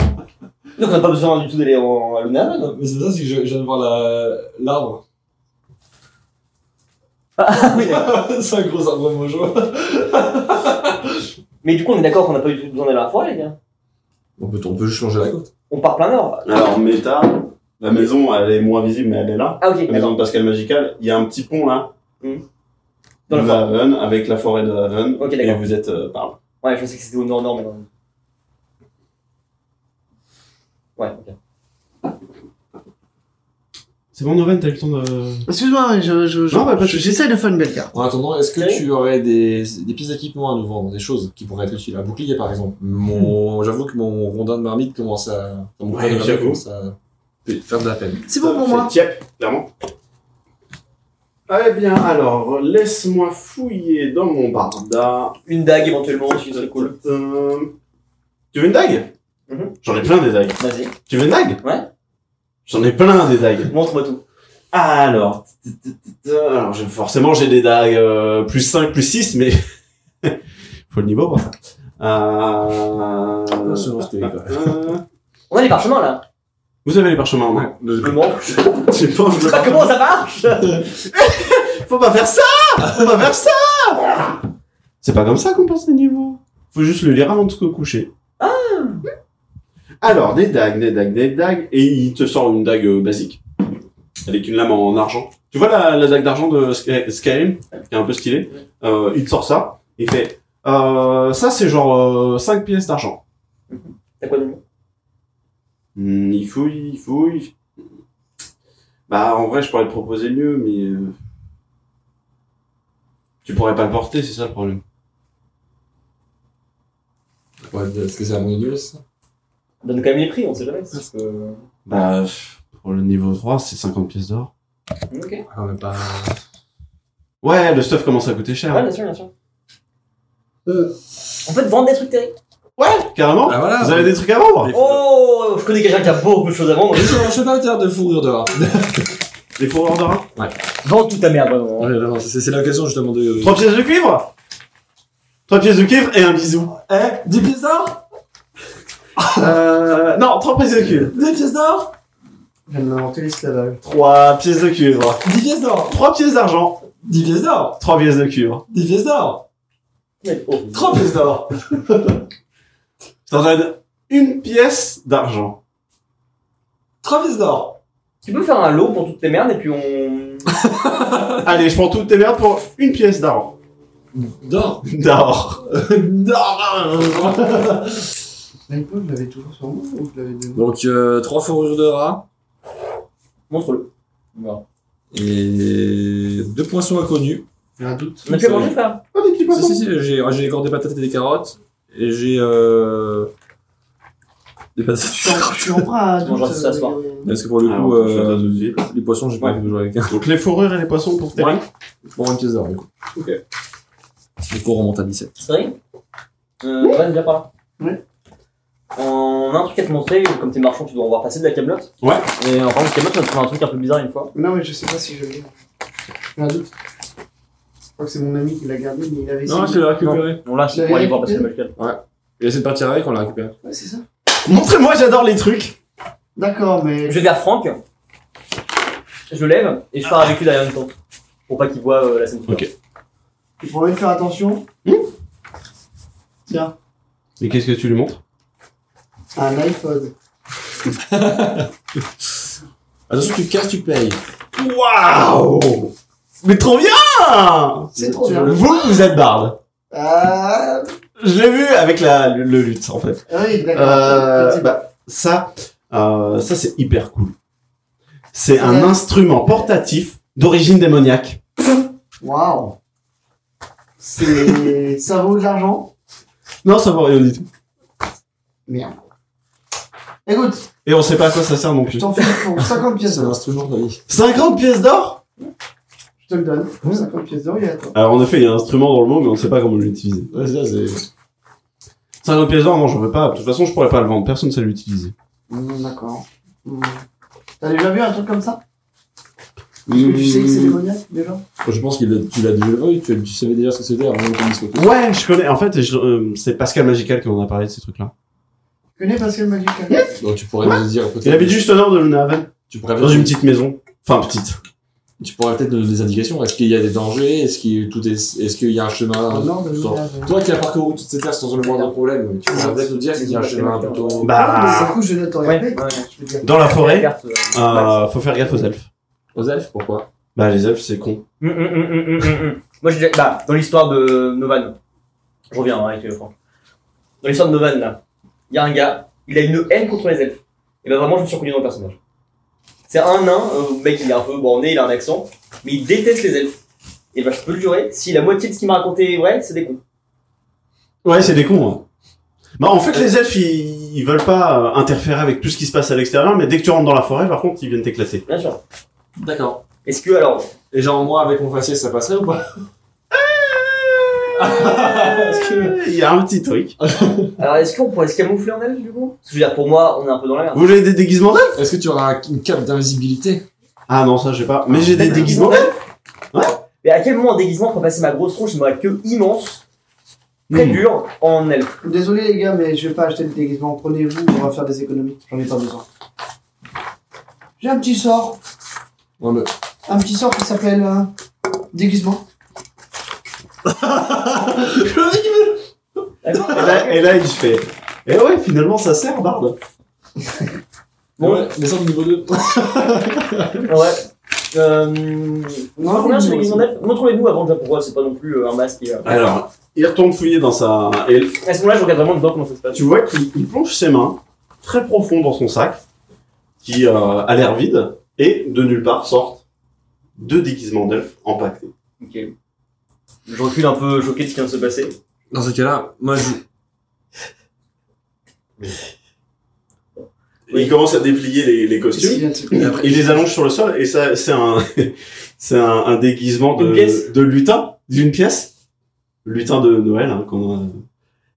Donc on n'a pas besoin du tout d'aller en, à Luna. non Non, Mais c'est ça, c'est que je, je viens de voir la- l'arbre. Ah oui, d'accord. c'est un gros arbre mojo. mais du coup, on est d'accord qu'on n'a pas du tout besoin d'aller à la forêt, les gars. On peut, on peut juste changer la côte. On part plein nord. Alors, Meta, la maison, elle est moins visible, mais elle est là. Ah ok, La maison d'accord. de Pascal Magical, il y a un petit pont là, Hmm. Dans la de forêt. Haven, avec la forêt de Haven, Ok, et d'accord. vous êtes euh, par là. Ouais, je pensais que c'était au nord-nord, mais non. Ouais, ok. C'est bon, Novan, t'as eu le temps de. Excuse-moi, mais je, je, je- Non, bah, pas de soucis. j'essaie de faire une belle carte. En attendant, est-ce que Ok. tu aurais des, des pièces d'équipement à nous vendre, des choses qui pourraient être utiles Un bouclier par exemple. Mon, J'avoue que mon rondin de marmite commence à. enfin, Mon Ouais, rondin de marmite j'avoue. commence à faire de la peine. C'est bon pour C'est moi. tiep, clairement. Eh bien, alors. Alors, laisse-moi fouiller dans mon barda. Une dague éventuellement, aussi, serait cool. Euh, Tu veux une dague Mhm. J'en ai plein des dagues. Vas-y, Tu veux une dague Ouais. J'en ai plein des dagues. montre-moi tout. Alors, alors j'ai- forcément j'ai des dagues euh, plus 5, plus 6, mais faut le niveau pour ça. Euh... Non, c'est bon, Ah, c'était- euh, On a les parchemins là. Vous avez les parchemins en main. Ouais, je- Comment Tu penses que- Bah, Comment ça marche Faut pas faire ça Faut pas faire ça C'est pas comme ça qu'on passe les niveaux. Faut juste le lire avant de se coucher. Alors, des dagues, des dagues, des dagues, et il te sort une dague euh, basique, avec une lame en argent. Tu vois la, la dague d'argent de Sky- Skyrim, qui est un peu stylée Euh, Il te sort ça, il fait... Euh, ça c'est genre 5 pièces d'argent. T'as quoi de mieux Hmm, il fouille, il fouille. Bah, en vrai, je pourrais te proposer mieux, mais. euh, Tu pourrais pas le porter, c'est ça le problème. Ouais, Est-ce que c'est un mono ça Donne quand même les prix, on sait jamais. Parce que- Bah, pour le niveau 3, c'est 50 pièces d'or. Ok. Ouais, Ah, mais pas. Ouais, le stuff commence à coûter cher. Euh. bien sûr, bien sûr. En fait, vendre des trucs terribles. Ouais, carrément. Ah, voilà. Vous avez des trucs à vendre Des- Oh, je connais quelqu'un qui a beaucoup de choses à vendre. Je sais pas l'intérieur de fourrure dehors. Des hein. fourrures de rein Vends toute ta merde. vraiment. C'est c'est l'occasion justement de. Trois pièces de cuivre Trois pièces de cuivre et un bisou. Eh, 10 pièces d'or Euh, non, trois pièces de cuivre. 10 pièces d'or Je viens d'inventer l'esclavage. Trois pièces de cuivre. 10 pièces d'or Trois pièces d'argent. 10 pièces d'or Trois pièces de cuivre. 10 pièces d'or Mec, oh. 3 pièces d'or Je t'en donne une pièce d'argent. 3 pièces d'or Tu peux faire un lot pour toutes tes merdes et puis on. Allez, je prends toutes tes merdes pour une pièce d'argent. D'or D'or. ah, D'or Mais quoi, je l'avais toujours sur moi ou je l'avais donné Donc, euh, trois fourrures de rat Montre-le. Non. et deux poinçons inconnus. J'ai un doute. On a pu manger, frère Oh, des petits Si, si, poissons. si, j'ai j'ai encore des patates et des carottes. Et j'ai. Euh, des patates et des Je carottes. suis en bras à Bon, doute, genre, ça se voit. euh, Parce que pour le Alors, coup, je euh, te donne tout de suite. les poissons, j'ai pas Ouais. envie de jouer avec un. Donc les fourrures et les poissons pour tes Ouais. merdes. Pour un pièce d'or, du coup. Ok. Du coup, on remonte à 17. C'est vrai Euh, ouais, déjà par là. Oui. On a un truc à te montrer, comme t'es marchand, tu dois en voir passer de la camelote. Ouais. Et en parlant de camelote, on a trouvé un truc un peu bizarre une fois. Non, mais je sais pas si je l'ai. J'ai un doute. Je crois que c'est mon ami qui l'a gardé, mais il avait essayé. l'ai récupéré. On l'a acheté pour aller voir passer le magical. Il essaie de partir avec, on l'a récupéré. Ouais, c'est ça. Montrez-moi, j'adore les trucs. D'accord, mais. Je vais vers Franck, je le lève et je pars avec lui derrière une tente. Pour pas qu'il voit euh, la scène. Ok. Il faut même faire attention. Tiens, Et qu'est-ce que tu lui montres un iPod. Attention, tu casses, tu payes. Waouh Mais trop bien C'est trop Tu bien. veux Vous, vous êtes barde. Ah, Je l'ai vu avec la, le, le lutte, en fait. oui, d'accord. Euh, bah, ça, euh, ça c'est hyper cool. C'est un Ouais. instrument portatif d'origine démoniaque. Waouh. C'est. ça vaut de l'argent Non, ça vaut rien du tout. Merde. Écoute, Et on sait pas à quoi ça sert non je plus. t'en fais pour 50 pièces C'est un d'or. instrument de la vie. 50 pièces d'or Je te le donne. Pour 50 pièces d'or, il est à toi. Alors en effet, il y a un instrument dans le mot, mais on sait pas comment l'utiliser. Ouais, c'est ça, c'est. 50 pièces d'or, non, j'en veux pas. De toute façon, je pourrais pas le vendre. Personne sait l'utiliser. Mmh, d'accord. Mmh. T'as déjà vu un truc comme ça Parce que tu Mm. sais que c'est démoniaque, déjà Je pense que tu l'as déjà vu, tu, tu savais déjà ce que c'était avant qu'on dise quoi. Ouais, je connais. En fait, je- euh, c'est Pascal Magical qui m'en a parlé de ces trucs-là. Tu connais Pascal Magical Donc tu pourrais nous dire Il peut-être. habite juste au nord de Lunaven, Tu pourrais dans une petite maison. Enfin, petite. Tu pourrais peut-être nous donner des indications. Est-ce qu'il y a des dangers Est-ce qu'il tout est... Est-ce qu'il y a un Au chemin nord de Toi, l'Ouest. Ah, toi qui as parcouru toutes ces terres sans le moindre problème, tu pourrais peut-être nous dire s'il y a un chemin plutôt. Ah, mais Bah, du coup, je ne t'aurais Ouais, pas ouais, écouté, ouais. je veux dire. dans la forêt, Carte, euh, euh, faut faire gaffe aux elfes. Aux elfes, pourquoi Bah, les elfes, c'est con. Hum, hum, hum, hum, hum, hum, hum. Moi, j'ai déjà- bah, dans l'histoire de Novan, je reviens hein, avec euh, Franck. Dans l'histoire de Novan, là, il y a un gars, il a une haine contre les elfes. Et bah, vraiment, je me suis reconnu dans le personnage. C'est un nain, euh, le mec, il est un peu borné, il a un accent, mais il déteste les elfes. Et bah, je peux le jurer, si la moitié de ce qu'il m'a raconté est vrai, c'est des cons. Ouais, c'est des cons. hein. Bah, en fait, les elfes, ils, ils veulent pas euh, interférer avec tout ce qui se passe à l'extérieur, mais dès que tu rentres dans la forêt, par contre, ils viennent t'éclater. Bien sûr. D'accord. Est-ce que, alors, Et genre, moi avec mon faciès, ça passerait ou pas Parce que- Il y a un petit truc. alors est-ce qu'on pourrait se camoufler en elfes, du coup Parce que, je veux dire, pour moi, on est un peu dans la merde. Vous voulez des déguisements d'elfes Est-ce que tu auras une cape d'invisibilité Ah non, ça, j'ai pas. Mais j'ai des déguisements d'elfes. Mais à quel moment en déguisement, faut passer ma grosse tronche et ma queue immense, très Hmm. dure, en elfe Désolé les gars, mais je vais pas acheter le déguisement. Prenez-vous, on va faire des économies. J'en ai pas besoin. J'ai un petit sort. Non, mais Un petit sort qui s'appelle euh, déguisement. Et là, et là, il fait. Et ouais, finalement, ça sert, Barbe. Bon. Ouais, descends au niveau 2. Ouais. Ah, Euh... Non, combien mais sur les bon, guisements d'elfe Montrez-nous avant déjà pourquoi c'est pas non plus euh, un masque. et, euh, Alors, il retourne fouiller dans sa elfe. À ce moment-là, je regarde vraiment dedans comment ça se passe. Tu vois qu'il il plonge ses mains très profond dans son sac, qui euh, a l'air vide, et de nulle part sortent deux déguisements d'elfes empaquetés. Ok. Je recule un peu choqué de ce qui vient de se passer. Dans ce cas-là, moi je. Oui. Il commence à déplier les, les Qu'est-ce qu'il costumes. vient de se passer Il les allonge sur le sol et ça, c'est un, c'est un, un déguisement Une pièce de, de lutin, d'une pièce. Lutin de Noël, hein, qu'on a-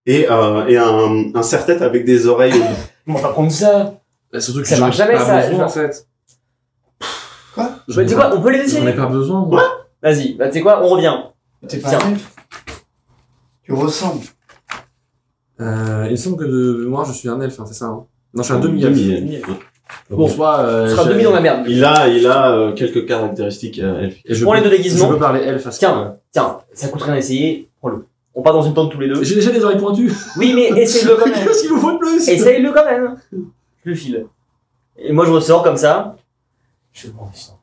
et, euh, et un, un serre-tête avec des oreilles. au bout. Comment t'as prendre ça Bah, surtout que Ça j'en marche ai jamais, pas ça, besoin, genre. en fait. Quoi J'en Bah, ai tu sais pas- quoi, on peut les J'en ai essayer pas besoin, moi. Vas-y, bah, tu sais quoi, on revient. T'es pas un elfe Tu ressembles. Euh, il me semble que de mémoire, je suis un elfe, hein, c'est ça, hein Non, je suis un demi-elfe. Demi-elfe. demi-elfe. Ouais. Bon, soit. Euh, On sera j'ai- demi dans la merde. Il a, il a euh, quelques caractéristiques euh, elfiques. Et je Prends les peux- deux déguisements. Je peux parler elfe à ce Tiens. moment-là. Tiens, ça coûte rien d'essayer, prends-le. On part dans une tente tous les deux. J'ai déjà des oreilles pointues. Oui, mais essaye-le quand même. Qu'est-ce qu'il vous faut de plus Essaye-le quand même. Je le file. Et moi, je ressors comme ça. Je m'en sors.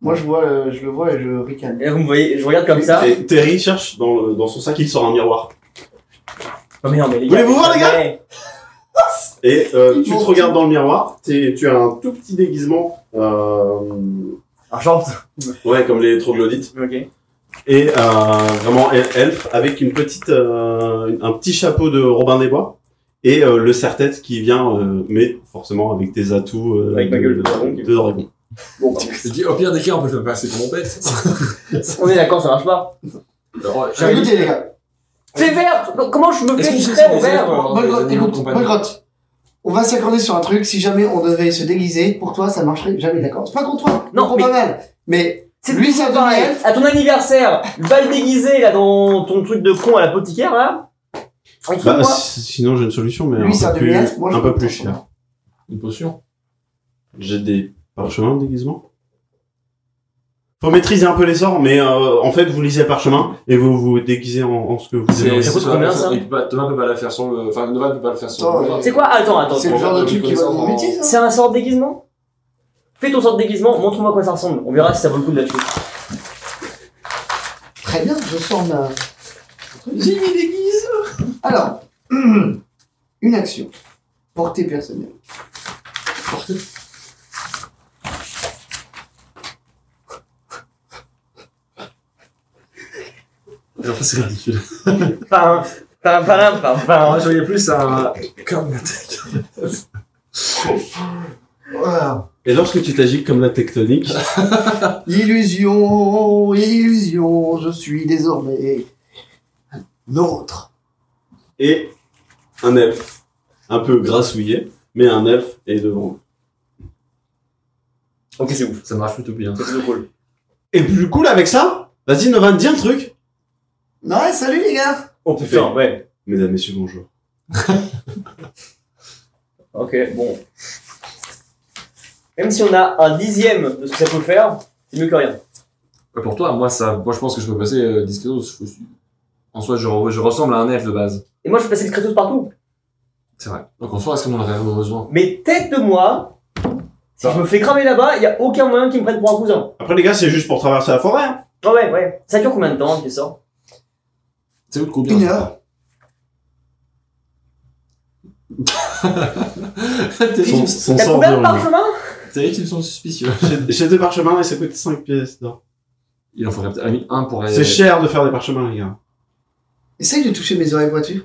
Moi, je vois, euh, je le vois et je ricane. Et là, vous me voyez, je regarde comme ça. Et Terry cherche dans, le- dans son sac, il sort un miroir. Non, mais non, mais les Voulez-vous voir, les gars Ouais. Et euh, Ils tu te m'ont- regardes dans le miroir, t'es- tu as un tout petit déguisement, euh, Ah, Argent. ouais, comme les troglodytes, Ok. et euh, vraiment el- elfe avec une petite, euh, un petit chapeau de Robin des Bois et euh, le serre-tête qui vient, euh, mais forcément avec tes atouts euh, Avec ma gueule de dragon qui- de dragon. Bon, bah, Je dis, au pire des cas, on peut le faire passer pour mon bête. on est d'accord, ça marche pas. Alors, J'ai j'arrive- goûté, les gars. C'est vert Comment je me Est-ce fais qu'on distraire sait au si les vert elfes, euh, Bonne grotte, les animaux de écoute, compagnie- bonne grotte. On va s'accorder sur un truc. Si jamais on devait se déguiser, pour toi, ça marcherait jamais, d'accord C'est pas contre toi. Non, Non, mais- pas mal. Mais C'est lui, toujours c'est un pareil. demi-elfe. À ton anniversaire, va le déguiser là dans ton truc de con à l'apothicaire là. On se Bah, voit. si- sinon j'ai une solution, mais lui, c'est un un peu plus, demi-elfe. Moi, je un peu comprends plus pas. cher. Une potion. J'ai des parchemins de déguisement. Faut maîtriser un peu les sorts, mais euh, en fait, vous lisez parchemin et vous vous déguisez en, en ce que vous aimez. ça coûte c'est- combien, c'est- ça il peut pas- Thomas peut pas la faire sans le. Enfin, Nova peut pas le faire sans Oh, le. C'est quoi Attends, attends. C'est le attends, genre de attends, truc qui va dans mon attends. métier, ça C'est un sort de déguisement Fais ton sort de déguisement, montre-moi à quoi ça ressemble. On verra si ça vaut le coup de la tuer. Très bien, je sors ma... J'ai mis déguise Alors, une action. Portée personnelle. Portée Alors, ça, c'est ridicule. Pas un. Pas un, pas un, pas un, pas Alors, un. je voyais Ah, plus un. Comme la tête. Voilà. Et lorsque tu t'agites comme la tectonique, Illusion, illusion, je suis désormais l'autre. et un elfe, un peu grassouillé, mais un elfe est devant vous. Ok, c'est ouf. Ça marche plutôt bien. C'est plutôt cool. Et le plus cool avec ça, vas-y Nova, dis un truc. Ouais, salut les gars Oh putain, ouais. Mesdames, messieurs, bonjour. Ok, bon. Même si on a un dixième de ce que ça peut faire, c'est mieux que rien. Ouais, Pour toi, moi, ça, moi, je pense que je peux passer euh, discretos. Je- je- En soi, je, re- je ressemble à un elfe de base. Et moi, je passais le crétos partout. C'est vrai. Donc, en soi, est-ce qu'on en a vraiment besoin Mais tête de moi, si je me fais cramer là-bas, il y a aucun moyen qu'ils me prennent pour un cousin. Après les gars, c'est juste pour traverser la forêt. hein. Ah ouais, ouais. Ça dure combien de temps, tes sorts C'est vous de combien Une heure. Terrible, Son, son T'as sort combien de dure une parchemins ils me sont suspicieux. heure. J'ai- J'ai deux parchemins et ça coûte 5 pièces d'or. Il en faudrait peut-être à la limite un pour aller. C'est cher de faire des parchemins, les gars. Essaye de toucher mes oreilles pointues.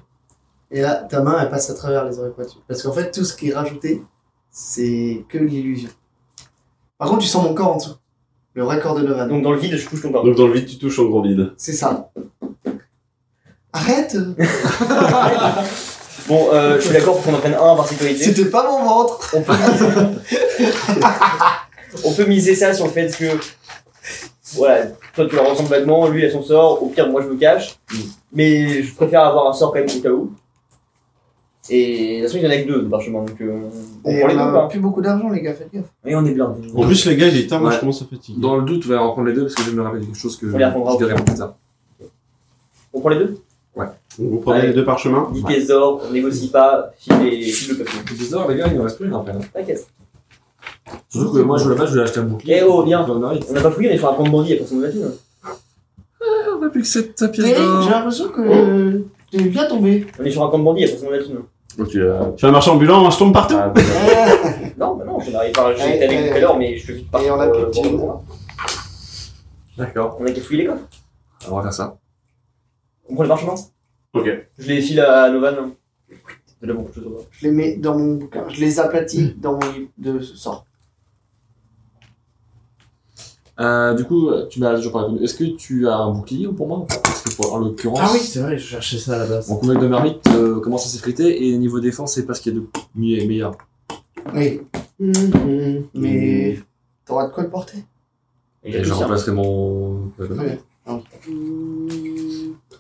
Et là, ta main, elle passe à travers les oreilles pointues. Parce qu'en fait, tout ce qui est rajouté, c'est que l'illusion. Par contre, tu sens mon corps en dessous. Le vrai corps de Novan. Donc dans le vide, je couche ton corps. Donc dans le vide, tu touches en gros vide. C'est ça. Arrête Bon, euh, je suis d'accord pour qu'on en prenne un par sécurité. C'était pas mon ventre On peut, miser... on peut miser ça sur le fait que. Voilà, toi tu la ressembles vaguement, lui il a son sort, au pire moi je me cache. Mais je préfère avoir un sort quand même au cas où. Et de toute façon il y en a que deux de parchemin, donc euh, on Et prend les on deux ou a pas plus beaucoup d'argent, les gars, faites gaffe. Et on est blindé. En plus, les gars, j'ai dit, Putain, moi, Ouais. je commence à fatiguer. Dans le doute, on va reprendre les deux parce que je vais me rappeler quelque chose que je On les reprendra. dirai plus tard. On prend les deux Donc, vous prenez Allez. les deux parchemins. 10 Ouais. pièces d'or, on négocie pas, file, les... file le papier. Bizarre, les gars, il ne reste plus rien après. hein. T'inquiète. Surtout que moi, je veux la base, je voulais acheter un bouclier. Eh oh, viens. Plein de mérite. On n'a pas fouillé, on est sur un camp de bandits, il y a personne de la hein. thune. On n'a plus que 7 Eric, j'ai l'impression que t'es bien tombé. On est sur un camp de bandits, il y a personne de la hein. thune. tu l'as. Je suis un marchand ambulant, hein, je tombe partout. Ah, Eh, Non, bah non, je n'arrive pas. Ouais, J'étais avec ouais, tout à l'heure, mais je suis pas. Et on a plus de thune. D'accord. On a qu'à fouiller les coffres. On va faire ça. On prend les parchemins. Ok. Je les file à Novan. C'est de la bonne chose, ouais. je les mets dans mon bouquin. Mm. Je les aplatis dans mon livre de sort. Euh, du coup, tu m'as toujours pas répondu. Est-ce que tu as un bouclier pour moi ou pas Parce que pour- en l'occurrence, Ah Ah c'est vrai, je cherchais ça à la base. mon couvercle de marmite euh, commence à s'effriter et niveau défense, c'est pas ce qu'il y a de mieux- meilleur. Oui. Mm-hmm. Mais t'auras de quoi le porter Et Et je remplacerai mon. euh, Très bien. Ça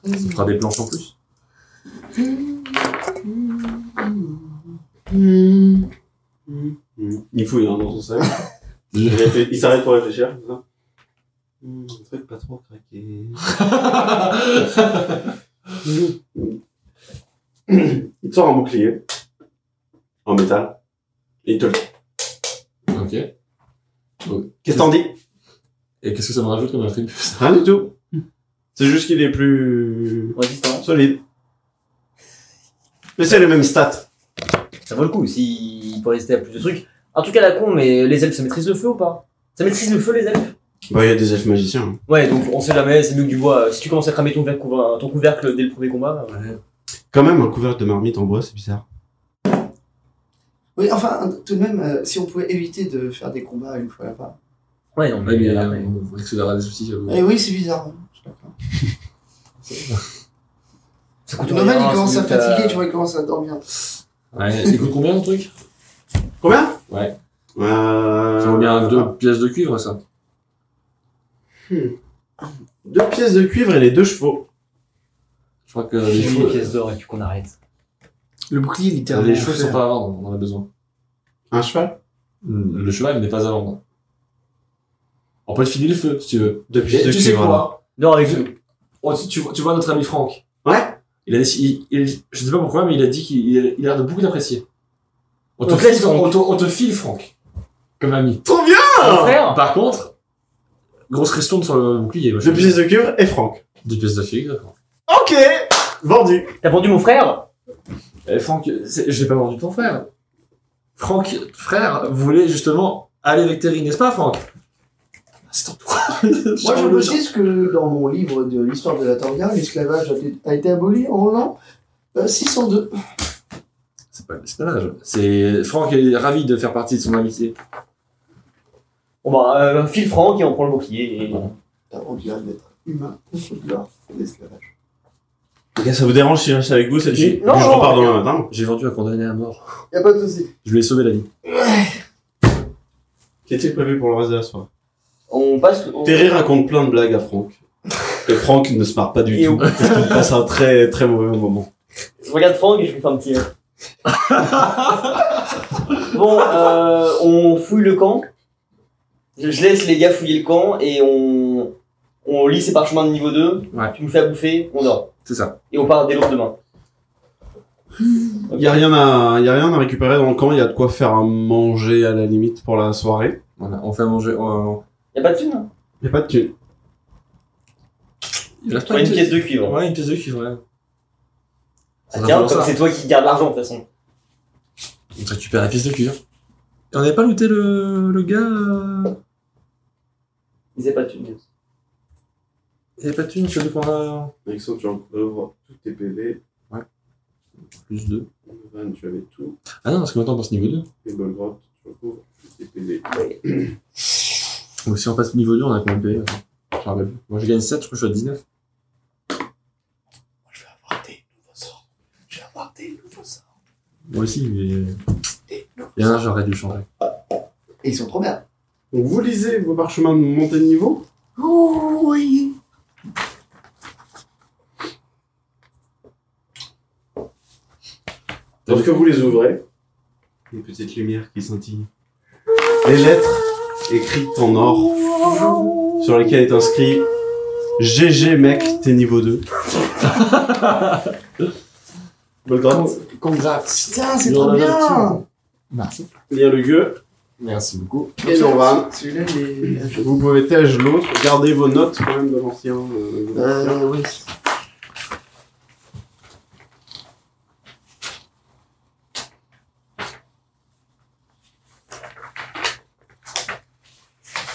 Mm-hmm. fera des planches en plus. Il fouille hein, dans son sac. Il réfléch- il s'arrête pour réfléchir. c'est ça Hmm, un truc pas trop craqué. il te sort un bouclier en métal et il te le. Ok. Qu'est-ce que t'en dis Et qu'est-ce que ça me rajoute comme attribut ça Rien du tout. C'est juste qu'il est plus Résistant. solide. Mais c'est les mêmes stats. Ça vaut le coup s'il peut résister à plus de trucs. En tout cas, la con, mais les elfes, ça maîtrise le feu ou pas Ça maîtrise le feu, les elfes Bah, il y a des elfes magiciens. hein. Ouais, donc on sait jamais, c'est mieux que du bois. Euh, Si tu commences à cramer ton couvercle, ton couvercle dès le premier combat, euh, Quand même, un couvercle de marmite en bois, c'est bizarre. Oui, enfin, tout de même, euh, si on pouvait éviter de faire des combats une fois là-bas. Ouais, non, mais. Ouais, mais là, euh, mais- on risque d'avoir des soucis. Mm. j'avoue. Eh oui, c'est bizarre. hein. Je suis d'accord. Ça coûte Novel, il commence à c'est mieux que, fatiguer, euh, tu vois, il commence à dormir. Ouais. Il coûte combien ton truc Combien Ouais. Euh... Ça vaut bien deux pièces de cuivre, ça. deux pièces de cuivre et les deux chevaux. Je crois que les J'ai mis chevaux, les pièces euh, d'or et puis qu'on arrête. Le bouclier, les chevaux sont pas à vendre, on en a besoin. Un cheval Le cheval n'est pas à vendre. On peut te filer le feu, si tu veux. Deux Et tu sais quoi D'or avec nous. Oh, tu, tu vois, tu vois notre ami Franck Ouais. il a, il, il- Je sais pas pourquoi, mais il a dit qu'il il- il a l'air de beaucoup l'apprécier. On, te On laisse file- Franck. on te- on te file Franck, comme ami. Trop bien Mon frère Ah, Par contre, grosse question sur le bouclier. Deux pièces de cuivre et Franck. Deux pièces de figue, d'accord. Ok Vendu T'as vendu mon frère Eh, Franck, c'est- je l'ai pas vendu ton frère. Franck, frère, voulait justement aller avec Terry, n'est-ce pas, Franck C'est ton tour. Moi, je précise que dans mon livre de l'histoire de la Torga, l'esclavage a été- a été aboli en l'an euh, 602. C'est pas l'esclavage. C'est Franck est ravi de faire partie de son amitié. Bon bah, euh, file Franck et on prend le bouclier. Et... Avant dirait d'être humain contre l'or et l'esclavage. Ça vous dérange si je reste avec vous cette nuit Non, Je non, repars demain matin. J'ai vendu un condamné à mort. Y a pas de souci. Je lui ai sauvé la vie. Qu'est-il prévu pour le reste de la soirée On passe. on- Terry raconte plein de blagues à Franck. Et Franck ne se marre pas du Et tout. on- Parce qu'il passe un très très mauvais moment. Je regarde Franck et je lui fais un petit rire. bon, euh, on fouille le camp. Je, je laisse les gars fouiller le camp et on, on lit ces parchemins de niveau 2. Ouais. Tu nous fais à bouffer, on dort. C'est ça. Et on part dès l'aube demain. Il n'y a, rien à- y a rien à récupérer dans le camp, il y a de quoi faire à manger à la limite pour la soirée. Voilà. On fait à manger. on- Y'a pas de thune hein Il n'y a pas de thunes. Il reste Prends une pièce de cuivre. Ouais, une pièce de cuivre. ouais. Ah, Ça tiens, va comme faire ça. c'est toi qui garde l'argent de toute façon. On récupère la pièce de cuivre. Et on n'avait pas looté le, le gars. euh, Ils avaient pas de thune. Il avait pas de thune, celui qu'on a. Alexandre, tu ouvres tous tes PV. Plus 2. Van, tu avais tout. Ah non, parce que maintenant on passe niveau 2. Et Golgroth, tu recouvres tous tes PV. Donc si on passe niveau 2, on a combien de PV Je me rappelle plus. Moi je gagne 7, je crois que je suis à 19. Je vais avoir des nouveaux sorts. Je vais avoir des nouveaux sorts. Moi aussi, mais Des nouveaux il y en a, j'aurais dû changer. Et ils sont trop bien. Donc vous lisez vos parchemins de montée de niveau. Oh oui. Lorsque vous les ouvrez, des petites lumières qui scintillent. Des lettres écrites en or sur lesquelles est inscrit GG mec, t'es niveau 2. Golgroth, Congrats Putain, c'est Il y en trop a bien. là-dessus. Merci. lire le gueux. Merci beaucoup. Et Norvan. Celui-là, il est. Vous pouvez tâche l'autre. Gardez vos notes quand même de l'ancien. euh, de l'ancien. Euh, oui.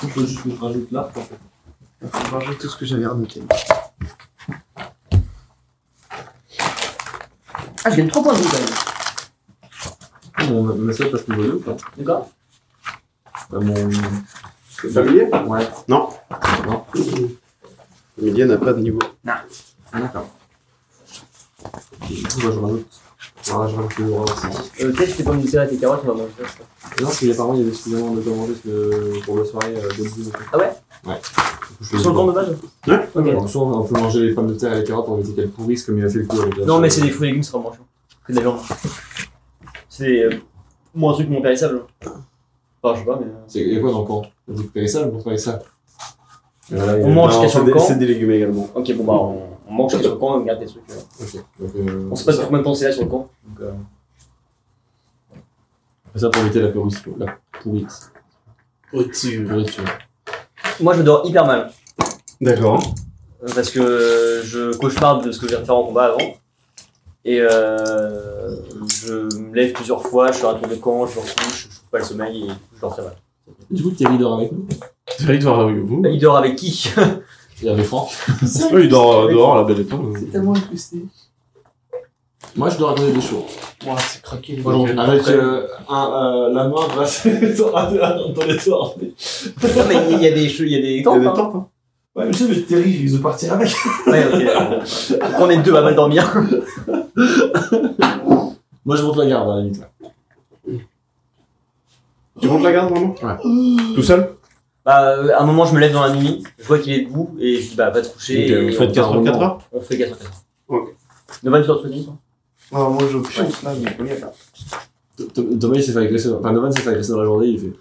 Je peux juste que je rajoute là. en fait. Il faut manger tout ce que j'avais renoté. Ah, je gagne 3 points de quand même. Mon, ma soeur passe niveau 2 ou pas D'accord Enfin, Mon, Familier Ouais. Non. Non. Familier n'a pas de niveau. D'accord. Ok, du coup, moi, je rajoute. Alors là, je rajoute le droit aussi. Euh, Peut-être que tu peux me serrer tes carottes, on va manger ça. ça. Non, parce que apparemment, il y avait suffisamment de commandes de- pour la soirée euh, de boulot. Ah ouais Ouais. Sur le camp d'hommage Ouais. Ok. Soit on peut manger les pommes de terre et les carottes pour éviter qu'elles pourrissent comme il a fait le coup avec la Non, mais c'est des fruits et légumes, c'est vraiment chaud. Que de la viande. C'est euh, moins un truc non périssable. Enfin, je sais pas, mais. euh, C'est- Il y a quoi dans le camp Vous récupérez ça, vous récupérez ça Voilà, il y a- On Euh, Non, mange jusqu'à sur c'est le des- camp. C'est des légumes également. Ok, bon bah, on, on mange sur le camp et on garde des trucs. euh. Ok. Donc, euh, On sait pas depuis combien de temps c'est là sur le camp. Donc, euh, Après ça pour éviter la pourrisse. La pourrisse. Au-dessus. pourriture. Moi, je dors hyper mal. D'accord. Euh, parce que euh, je cauchemarde de ce que je viens de faire en combat avant. Et euh, je me lève plusieurs fois, je fais un tour de camp, je me recouche, je trouve pas le sommeil et je dors très mal. Du coup, Thierry dort avec nous. Thierry dort avec vous. Bah, Il dort avec qui Il y avait Franck. Ah, Eux, ils dorment euh, dehors, la belle étoile. C'est tellement incrusté. Moi, je dors à côté des chevaux. Ouah, c'est craqué. Moi, j'en- Avec euh, un, euh, la main brassée dans dans les torts. Non, mais il y a des, che- il y a des temps. hein. Ouais, mais je sais, mais Terry, ils veut partir avec. Ouais, ok. Donc, on est deux à mal dormir. Moi, je monte la garde à la limite. là. Tu montes la garde vraiment Tout seul Bah, euh, à un moment, je me lève dans la nuit, je vois qu'il est debout et je dis bah, va te coucher. Donc, et euh, Vous faites on fait un 4 heures, 4 moment. heures On fait 4 heures. Ok. Ne va sur le Alors, Ah, moi, je pionce là, mais regarde là. Tom- Thomas, il s'est fait agresser. Enfin, Novan s'est fait agresser dans la journée. Il fait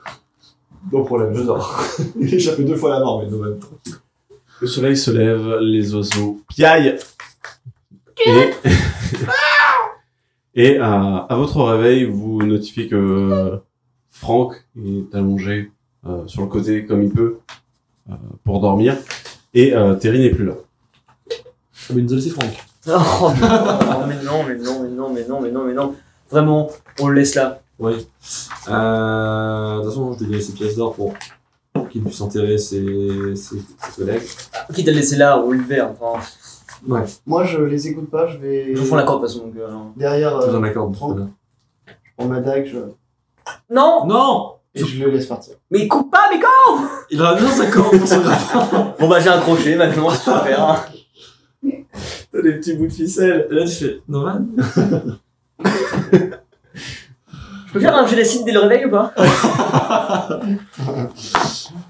Bon problème, je dors. Ah, Il a échappé deux fois la mort, mais Novan. Le soleil se lève, les oiseaux piaillent. Et, et à, à votre réveil, vous notifiez que euh, Franck est allongé euh, sur le côté comme il peut euh, pour dormir. Et euh, Terry n'est plus là. Ah, mais Nzol, c'est Franck. Oh, mais non, mais non, mais non, mais non, mais non, mais non. Vraiment, on le laisse là. Oui. Euh, de toute façon, je lui ai donné ses pièces d'or pour qu'il puisse enterrer ses, ses, ses collègues. Quitte à le laisser là, on l'hiver. Enfin, Ouais, Moi, je les écoute pas, je vais. ils font la corde de toute façon. Donc, euh, non. Derrière, je vous euh, en accorde. Franck. on ma dague, je... non Non et je le laisse partir. Mais coupe pas mes cordes Il en a bien 50 pour son grappin. Bon bah j'ai un crochet maintenant, c'est super. hein. Les petits bouts de ficelle. Là, tu fais Novan Je peux faire un jet d'acide dès le réveil ou pas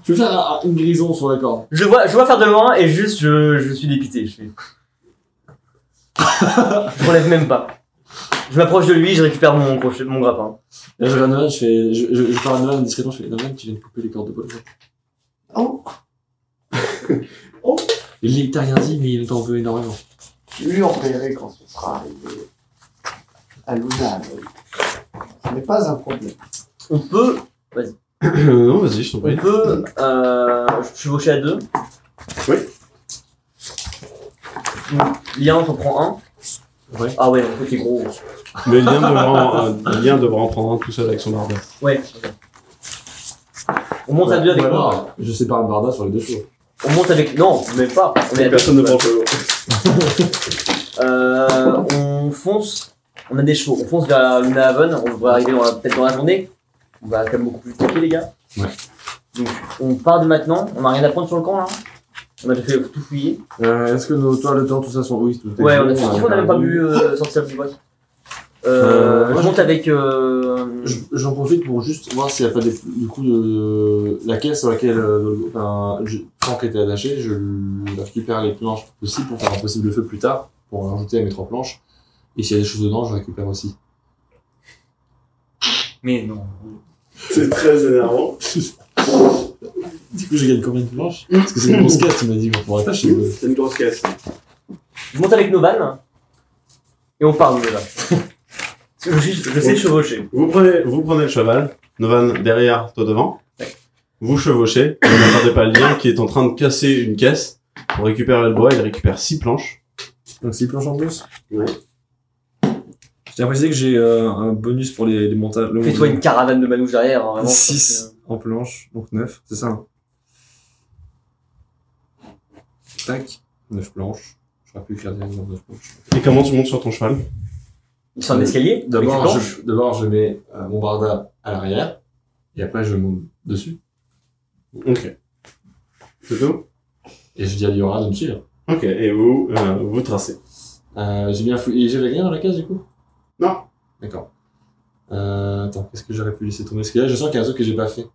Je veux faire un- un- une grison sur la corde. je vois, je vois faire de loin et juste je, je suis dépité. Je fais... je relève même pas. Je m'approche de lui, je récupère mon crochet, mon grappin. Là, je regarde Novan, je fais. Je, je, je parle à Novan discrètement, je fais Novan, tu viens de couper les cordes de Paul. Oh, Oh. Il t'a rien dit, mais il t'en veut énormément. lui, on paierait quand ce sera arrivé à Luna. Ce n'est pas un problème. On peut, non, vas-y, je t'en on prie. peut euh, chevaucher à deux. Oui. Donc, Lien, t'en prends un. Ouais. Ah ouais, donc t'es gros. Mais Lien devra, en- euh, Lien devra en prendre un tout seul avec son arbre. Ouais. ok. On monte à deux avec Ou moi. alors, Je sépare le barda sur les deux choses. On monte avec. Non, même pas. On est à deux. Personne ne prend le Euh, on fonce, on a des chevaux, on fonce vers Luna Haven, on va arriver dans la- peut-être dans la journée. On va quand même beaucoup plus taper les gars. Ouais. Donc on part de maintenant, on a rien à prendre sur le camp là. On a déjà fait tout fouiller. Euh, Est-ce que nos toiles de temps, tout ça sont. Oui, tout est Ouais, on bon, a tout ce qu'il faut, on a même pas perdu. vu euh, sortir du boîte. Euh, Euh, moi, je monte avec. Euh... Je- J'en profite pour juste voir s'il n'y a pas des, du coup de, la caisse sur laquelle euh, enfin, je- Franck était attaché. Je récupère les planches aussi pour faire un possible feu plus tard, pour en rajouter à mes trois planches. Et s'il y a des choses dedans, je récupère aussi. Mais non. C'est très énervant. Du coup, je gagne combien de planches Mm. Parce que c'est une grosse caisse, tu m'as dit, pour pouvoir attacher. Mmh. C'est une grosse caisse. Je monte avec nos vannes et on part déjà. je, suis- je sais Ouais. chevaucher. Vous prenez, vous prenez le cheval, Novan derrière, toi devant. Vous chevauchez, vous n'entendez pas le lien qui est en train de casser une caisse pour récupérer le bois. Il récupère six planches. Donc, 6 planches en plus Ouais. Je tiens à préciser que j'ai euh, un bonus pour les, les montages. le Fais-toi une montage. caravane de manouches derrière. hein, vraiment, parce que- Six euh, en planche, donc 9, c'est ça. hein Tac, 9 planches. J'aurais pu écrire des 9 planches. Et comment tu montes sur ton cheval Ils sont en escalier. avec D'abord, des je, d'abord, je mets euh, mon barda à l'arrière, et après, je monte dessus. Ok. C'est tout Et je dis à Liora de me suivre. Ok, et vous, euh, vous tracez. Euh, j'ai bien fouillé. Et j'avais rien dans la case du coup Non. D'accord. Euh, attends, qu'est-ce que j'aurais pu laisser tomber Parce que là, je sens qu'il y a un truc que j'ai pas fait.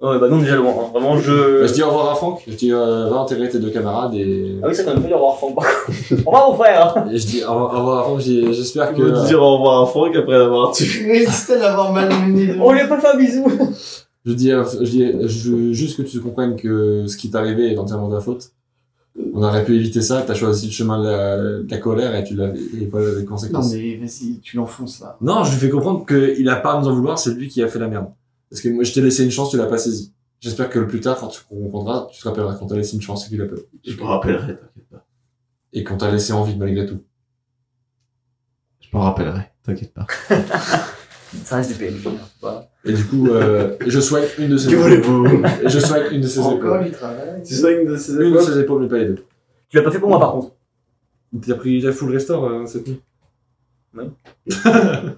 Ouais, bah non, déjà loin. hein. Vraiment, Bah, Euh. je. je dis au revoir à Franck. Je dis euh, va intégrer tes deux camarades et, Ah oui, ça, t'as même pas dit au revoir, Franck, par contre. Au revoir, mon frère et je dis au revoir au revoir à Franck. je dis, J'espère que. Vous dire au revoir à Franck après l'avoir tué. Tu résistais à l'avoir malmené. On lui a pas fait un bisou Je dis, à- je dis euh, je veux juste que tu comprennes que ce qui t'est arrivé est entièrement de ta faute. On aurait pu éviter ça, t'as choisi le chemin de la, de la colère et tu l'as et pas les Non, conséquences. mais vas-y, tu l'enfonces là. Non, je lui fais comprendre qu'il a pas à nous en vouloir, c'est lui qui a fait la merde. Parce que moi, je t'ai laissé une chance, tu l'as pas saisie. J'espère que le plus tard, quand tu comprendras, tu te rappelleras qu'on t'a laissé une chance et qu'il a peur. Je me rappellerai, t'inquiète pas. Et qu'on t'a laissé en vie malgré tout. Je me rappellerai, t'inquiète pas. Ça reste des PNJ. Et du coup, euh, je souhaite une de ses Que voulez-vous épaules. Je souhaite une de ses Encore épaules. du travail. C'est ça une de ces Une de ses épaules, mais pas les deux. Tu l'as pas fait pour moi, par contre. T'as pris la full restore euh, cette nuit.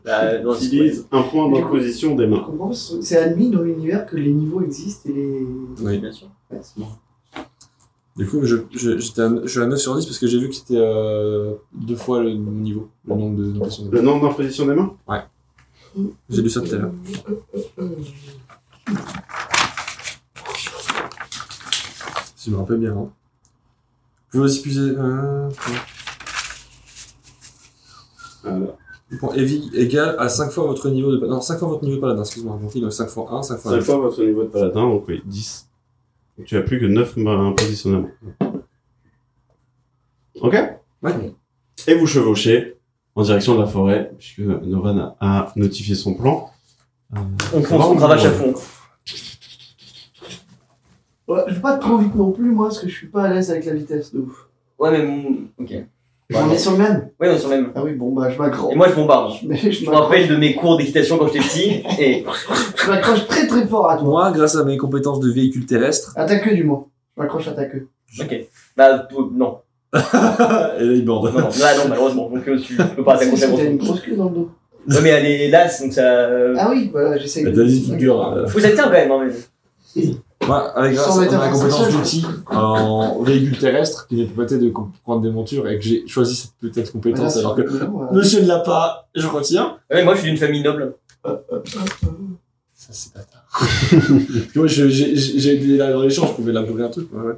Bah, non, c'est- Utilise un point d'imposition des Je mains. comprends, c'est c'est admis dans l'univers que les niveaux existent et les. Oui, bien sûr. Du coup, je, je, j'étais à- je suis à 9 sur 10 parce que j'ai vu que c'était euh, deux fois le niveau, le nombre de notations. Le nombre d'imposition des mains J'ai lu ça tout à l'heure. Si je me rappelle bien. Hein. Je vais aussi puiser. Euh, Voilà. point Heavy égale à 5 fois votre niveau de. Non, 5 fois votre niveau de paladin, excuse-moi. Donc, il 5 fois 1, 5 fois 1. Cinq fois votre niveau de paladin, donc oui, 10. Donc tu as plus que 9 impositions des mains. Ok Ouais. Et vous chevauchez en direction de la forêt, puisque Novan a, a notifié son plan. Euh, On fonce, on cravache à fond. Ouais, je vais pas trop vite non plus, moi, parce que je suis pas à l'aise avec la vitesse de ouf. Ouais, mais mon. Ok. Ouais, on est sur le même on est sur le même. Ah oui, bon, bah, je m'accroche. Et moi, je bombarde. Mais je Je me m'accroche- rappelle de mes cours d'équitation quand j'étais petit. Et. je m'accroche très très fort à toi. Moi, grâce à mes compétences de véhicule terrestre. À ta queue, du moins. Je m'accroche à ta queue. Ok. Bah, tout- non. Ah, Ah, Et là, il bande. Non, non, Là, non, malheureusement. Donc, euh, tu peux pas Ah, si, t'accoster à parce que T'as une Ouais, grosse queue dans le dos. mais elle est lasse, donc ça. euh, Ah oui, voilà, j'essaye. Bah, t'as dit tout dur. hein. Vous êtes bien quand même, hein, mais. Moi, Bah, avec grâce Sans à ma interface compétence seule. d'outil en véhicule terrestre qui m'a permettait de comp- prendre des montures et que j'ai choisi cette peut-être Voilà, compétence c'est alors que le coup, voilà. Monsieur ne l'a pas, je retiens. Ouais, mais moi, je suis d'une famille noble. Ça, c'est pas tard. moi, je- j'ai- j'ai j'ai aidé là dans l'échange, je pouvais labourer un truc. ouais, ouais.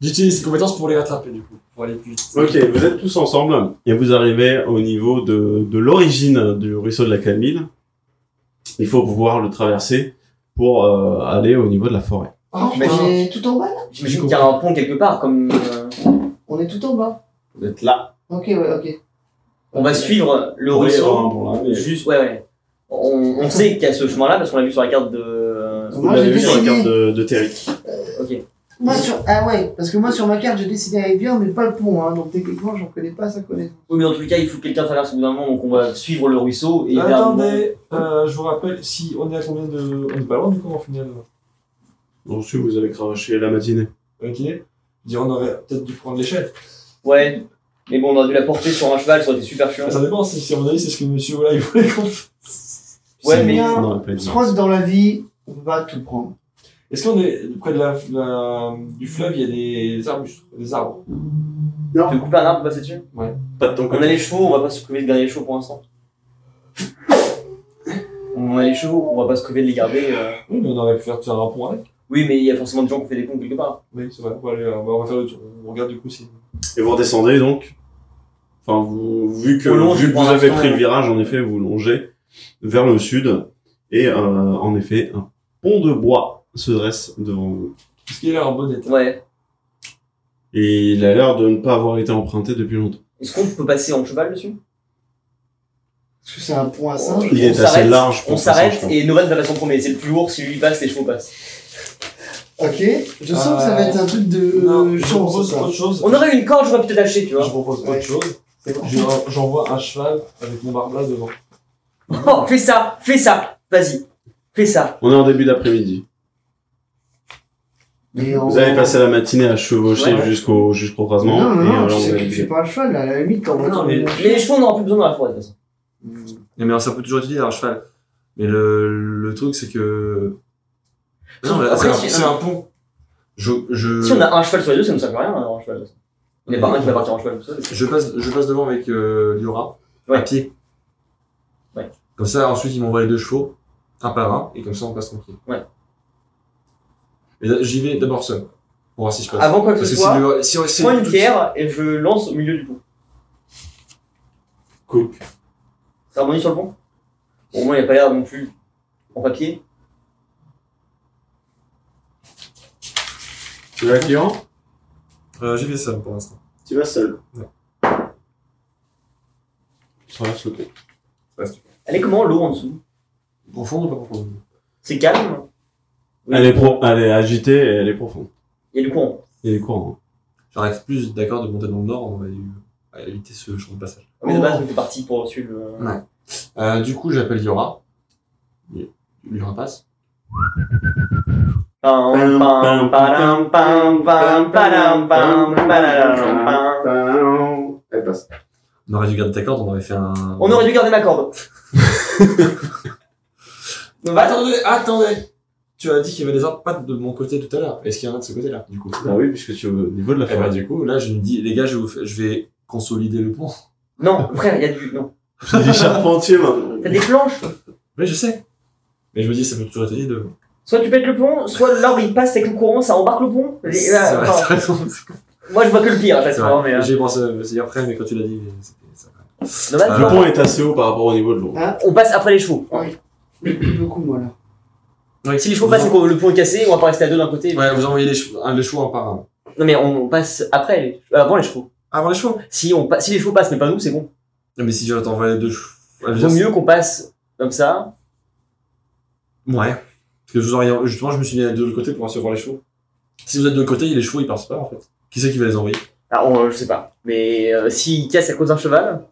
J'utilise cette compétence pour les rattraper, du coup, pour aller plus vite. Ok, vous êtes tous ensemble et vous arrivez au niveau de, de l'origine du ruisseau de la Camille. Il faut pouvoir le traverser pour euh, aller au niveau de la forêt. Ah, Mais on est tout en bas, là J'imagine qu'il y a un pont quelque part, comme. euh, On est tout en bas. Vous êtes là. Ok, ouais, ok. On va suivre le Oui, ruisseau. vraiment, bon, là, mais- Juste, ouais, ouais. On, on sait qu'il y a ce chemin-là parce qu'on l'a vu sur la carte de. Vous Moi, j'ai l'avez vu sur la hein. décidé. carte de, de Terry. Ok. Moi, sur... Ah ouais, parce que moi, sur ma carte, j'ai décidé avec bien, mais pas le pont, hein. Donc, techniquement, j'en connais pas, ça connaît. Oui, mais dans tous les cas, il faut que quelqu'un traverse au bout d'un moment, donc on va suivre le ruisseau et. vers- Attendez, euh, je vous rappelle, si on est à combien de. On est pas loin du coup en finale. Ensuite, vous avez cravaché la matinée. Ok. euh, Je dis, on aurait peut-être dû prendre l'échelle. Ouais. Mais bon, on a dû la porter sur un cheval, ça aurait été super chiant. Ça dépend, si, si à mon avis, c'est ce que monsieur voilà, il voulait qu'on fasse. Ouais, C'est- mais. bien. Non, elle peut être Je crois que dans la vie, on peut pas tout prendre. Est-ce qu'on est près de la, la- du fleuve, il y a des arbustes, des arbres Tu veux couper un arbre pour passer dessus pas de ton On a les chevaux, on va pas se priver de garder les chevaux pour l'instant. On a les chevaux, on va pas se priver de les garder. euh. Oui, mais on aurait pu faire, faire un pont avec. Oui, mais il y a forcément des gens qui ont fait des ponts quelque part. Oui, c'est vrai. On va, aller, euh, on va- on va faire le tour. On regarde du coup si. Et vous redescendez donc. Enfin, vous, vu que, On longe vu que pour vous avez l'instant, pris le ouais. virage, en effet, vous longez vers le sud. Et euh, en effet, un pont de bois se dresse devant vous. Est-ce qu'il est là en bon état Ouais. Et il a l'air de ne pas avoir été emprunté depuis longtemps. Est-ce qu'on peut passer en cheval dessus Parce que c'est un pont à singe. Il On est assez s'arrête, large pour On passer, s'arrête je pense. et Novan va passer en premier. C'est le plus lourd, si lui passe, les chevaux passent. Ok, je sens que ça va être un truc de Non, euh, je chance, propose ça. autre chose. On aurait une corde, je vais peut-être acheter, tu Je vois. propose Ouais. autre chose. C'est bon. Je- J'envoie un cheval avec mon barda devant. Eh, Oh, fais ça, fais ça, vas-y, fais ça. On est en début d'après-midi. Mais en- Vous avez passé la matinée à chevaucher Ouais. jusqu'au jusqu'au Non, croisement. non, et non, alors, tu on est- sacrifies pas un cheval, là, à la limite, quand on Non, est- Mais les chevaux, on n'aura plus besoin dans la forêt de toute façon. Hmm. Non, mais ça peut toujours être utile un cheval. Mais le, le truc, c'est que. Non, mais C'est après, un- si- c'est un pont. je, je, Si on a un cheval sur les deux, ça ne sert à rien d'avoir un cheval. Il n'y a pas un qui va partir en cheval tout seul. je passe, je passe devant avec euh, Liora, à Ouais. pied. Ouais. Comme ça, ensuite, ils m'envoient les deux chevaux, un par un, et comme ça, on passe tranquille. Ouais. Mais là, j'y vais d'abord seul, pour voir si je passe. Avant quoi Ah, que Parce ce que soit, si, le- si on je essaie prends une tout- pierre et je lance au milieu du pont. Cool. Ça rebondit sur le pont Au moins, il n'y a pas l'air non plus en papier. Tu vas hein client Euh, j'y vais seul pour l'instant. Tu vas seul. Ouais. Ça va sauter. Elle est comment l'eau en dessous Profond ou pas profond C'est calme Oui. Elle est, pro elle est agitée et elle est profonde. Il y a du courant. Il y a des courants. hein. J'arrête plus d'accord de monter dans le nord, on va é- à éviter ce champ de passage. Ah, Mais de Oh. base, on était parti pour suivre le. Ouais. Euh, du coup, j'appelle Liora. Liora passe. Pam, pam, padam, pam, pam, padam, pam, padam, pam. Elle passe. On aurait dû garder ta corde, on aurait fait un. On aurait dû garder ma corde. Donc, va- Attendez, attendez Tu as dit qu'il y avait des arbres pas de mon côté tout à l'heure. Est-ce qu'il y en a de ce côté-là, du coup Bah oui, puisque tu es au niveau de la Eh ben, forêt. du coup, là, je me dis, les gars, je, vais vous fa- je vais consolider le pont. Non, frère, il y a du. Non. J'ai dit charpentier maintenant. T'as des planches. Oui, je sais. Mais je me dis, ça peut toujours être dit de. Soit tu pètes le pont, soit l'arbre il passe avec le courant, ça embarque le pont. Les- Ça euh, va, enfin, ça va, ça va. Moi je vois que le pire, C'est j'espère. vrai. Mais euh, J'y ai pensé aussi après, mais quand tu l'as dit, c'était ça. dommage, Le quoi. pont est assez haut par rapport au niveau de l'eau. On passe après les chevaux. Plus beaucoup, moi, là. Ouais, Si les chevaux passent, et que le pont est cassé, on va pas rester à deux d'un côté. Ouais, vous envoyez les chevaux, un- les chevaux un par un. Non mais on passe après, les- euh, avant les chevaux. Avant les chevaux Si, on pa- si les chevaux passent mais pas nous, c'est bon. Non, Mais si je t'envoie les deux chevaux. Ouais, je Vaut veux dire, mieux qu'on passe comme ça. Ouais. Parce que je vous en- justement, je me suis mis de l'autre côté pour recevoir les chevaux. Si vous êtes de l'autre côté, les chevaux, ils partent pas, en fait. Qui c'est qui va les envoyer Ah, on- je sais pas. Mais euh, s'ils cassent à cause d'un cheval,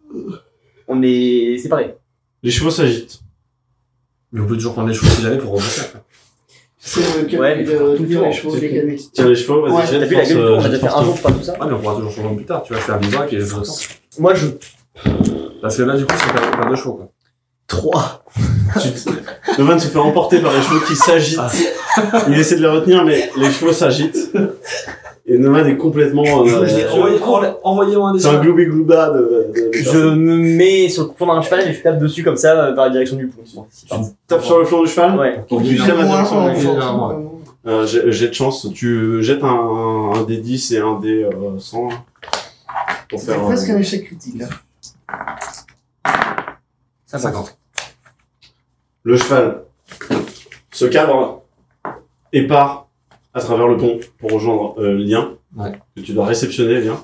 on est séparés. Les chevaux s'agitent. Mais on peut toujours prendre les chevaux si jamais pour remplacer. après. C'est le calmer Ouais, mais faut de, tout de le dire temps, les choses, c'est les tout. calmer. Tiens, les chevaux, vas-y, Ouais, jette T'as vu la force, gueule du euh, pont, on a jette déjà fait force un toi. jour, je parle tout ça. Ouais, Ah, mais on pourra toujours changer plus tard, tu vas faire des vagues et les autres. Moi je. Parce que là, du coup, c'est pas pas deux chevaux, quoi. 3. Le van se fait emporter par les chevaux qui s'agitent. Il essaie de les retenir, mais les chevaux s'agitent. Et Novan est complètement... euh, Je l'ai- euh, Envoyez-moi un C'est un gloubi-glouba de... de- de- Je me mets sur le fond d'un cheval et je tape dessus comme ça euh, par la direction du pont. Tape sur le flanc du cheval. Ouais. Pour Tu qu'il fais vienne. ma Moi, direction. en ouais. sortant, Ouais. vraiment. Euh, j'ai j'ai de chance. Tu jettes un, un, un des 10 et un des euh, 100. hein, Pour C'est faire... euh, presque un échec critique, hein. là. 50. Le cheval se cabre et part à travers le pont pour rejoindre euh, Lien, Ouais. que tu dois réceptionner, Lien.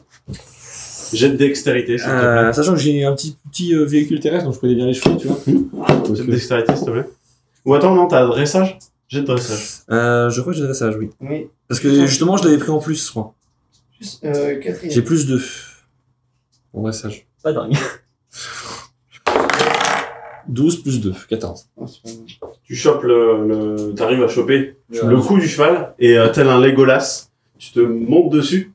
Jet de dextérité, s'il te plaît. Euh, sachant que j'ai un petit, petit euh, véhicule terrestre, donc je connais bien les chevaux, tu vois. Jet de dextérité, s'il te plaît. Ou attends, non, t'as dressage Jet de dressage. Euh, je crois que j'ai dressage, oui. Oui. Parce que justement, je l'avais pris en plus, je crois. Juste, euh, J'ai quatrième. plus de. En dressage. Pas dingue. 12 plus 2, 14. Oh, c'est pas mal. Tu chopes le... le- T'arrives à choper Ouais. le cou du cheval et euh, tel un Legolas, tu te montes dessus.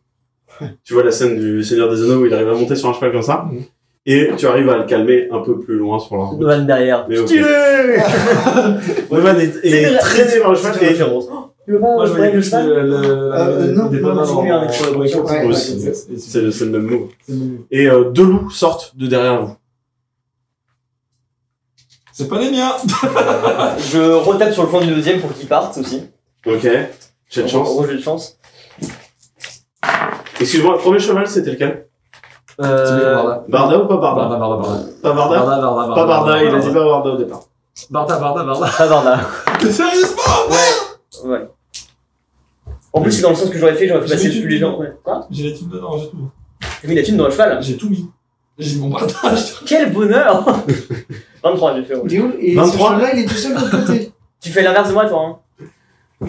tu vois la scène du Seigneur des Anneaux où il arrive à monter sur un cheval comme ça. Mhm. Et tu arrives à le calmer un peu plus loin sur la route. Novan derrière. Mais ok. Stylé Novan est, C'est est une- traîné par le C'est cheval une et référence. Tu veux pas Moi, je voyais prendre que le c'était cheval le. le- Euh, non, des non, bananes c'est en- lui avec en- le en- bouchon. Ouais, Aussi. ouais, C'est- C'est le, c'est le même mot. c'est le même. Et euh, deux loups sortent de derrière vous. C'est pas les miens Je retape sur le fond du deuxième pour qu'il parte aussi. Ok. J'ai de En chance. gros, j'ai de chance. Excuse-moi, le premier cheval, c'était lequel Euh. Barda ou pas Barda Barda, Barda, Barda. Pas Barda Barda, Barda, Pas Barda, il a dit pas Barda au départ. Barda, Barda, Barda. Pas Varda. Sérieusement Ouais. En plus, c'est dans le sens que j'aurais fait, j'aurais fait J'ai passer mis plus du les gens. blanc. ouais. Quoi J'ai la thune dedans, j'ai tout. J'ai mis la thune dans le cheval. J'ai tout mis. J'ai mis mon partage. Quel bonheur 23, j'ai fait. ouais. Il est où Et 23. ce là il est tout seul de l'autre côté. Tu fais l'inverse de moi, toi. Hein.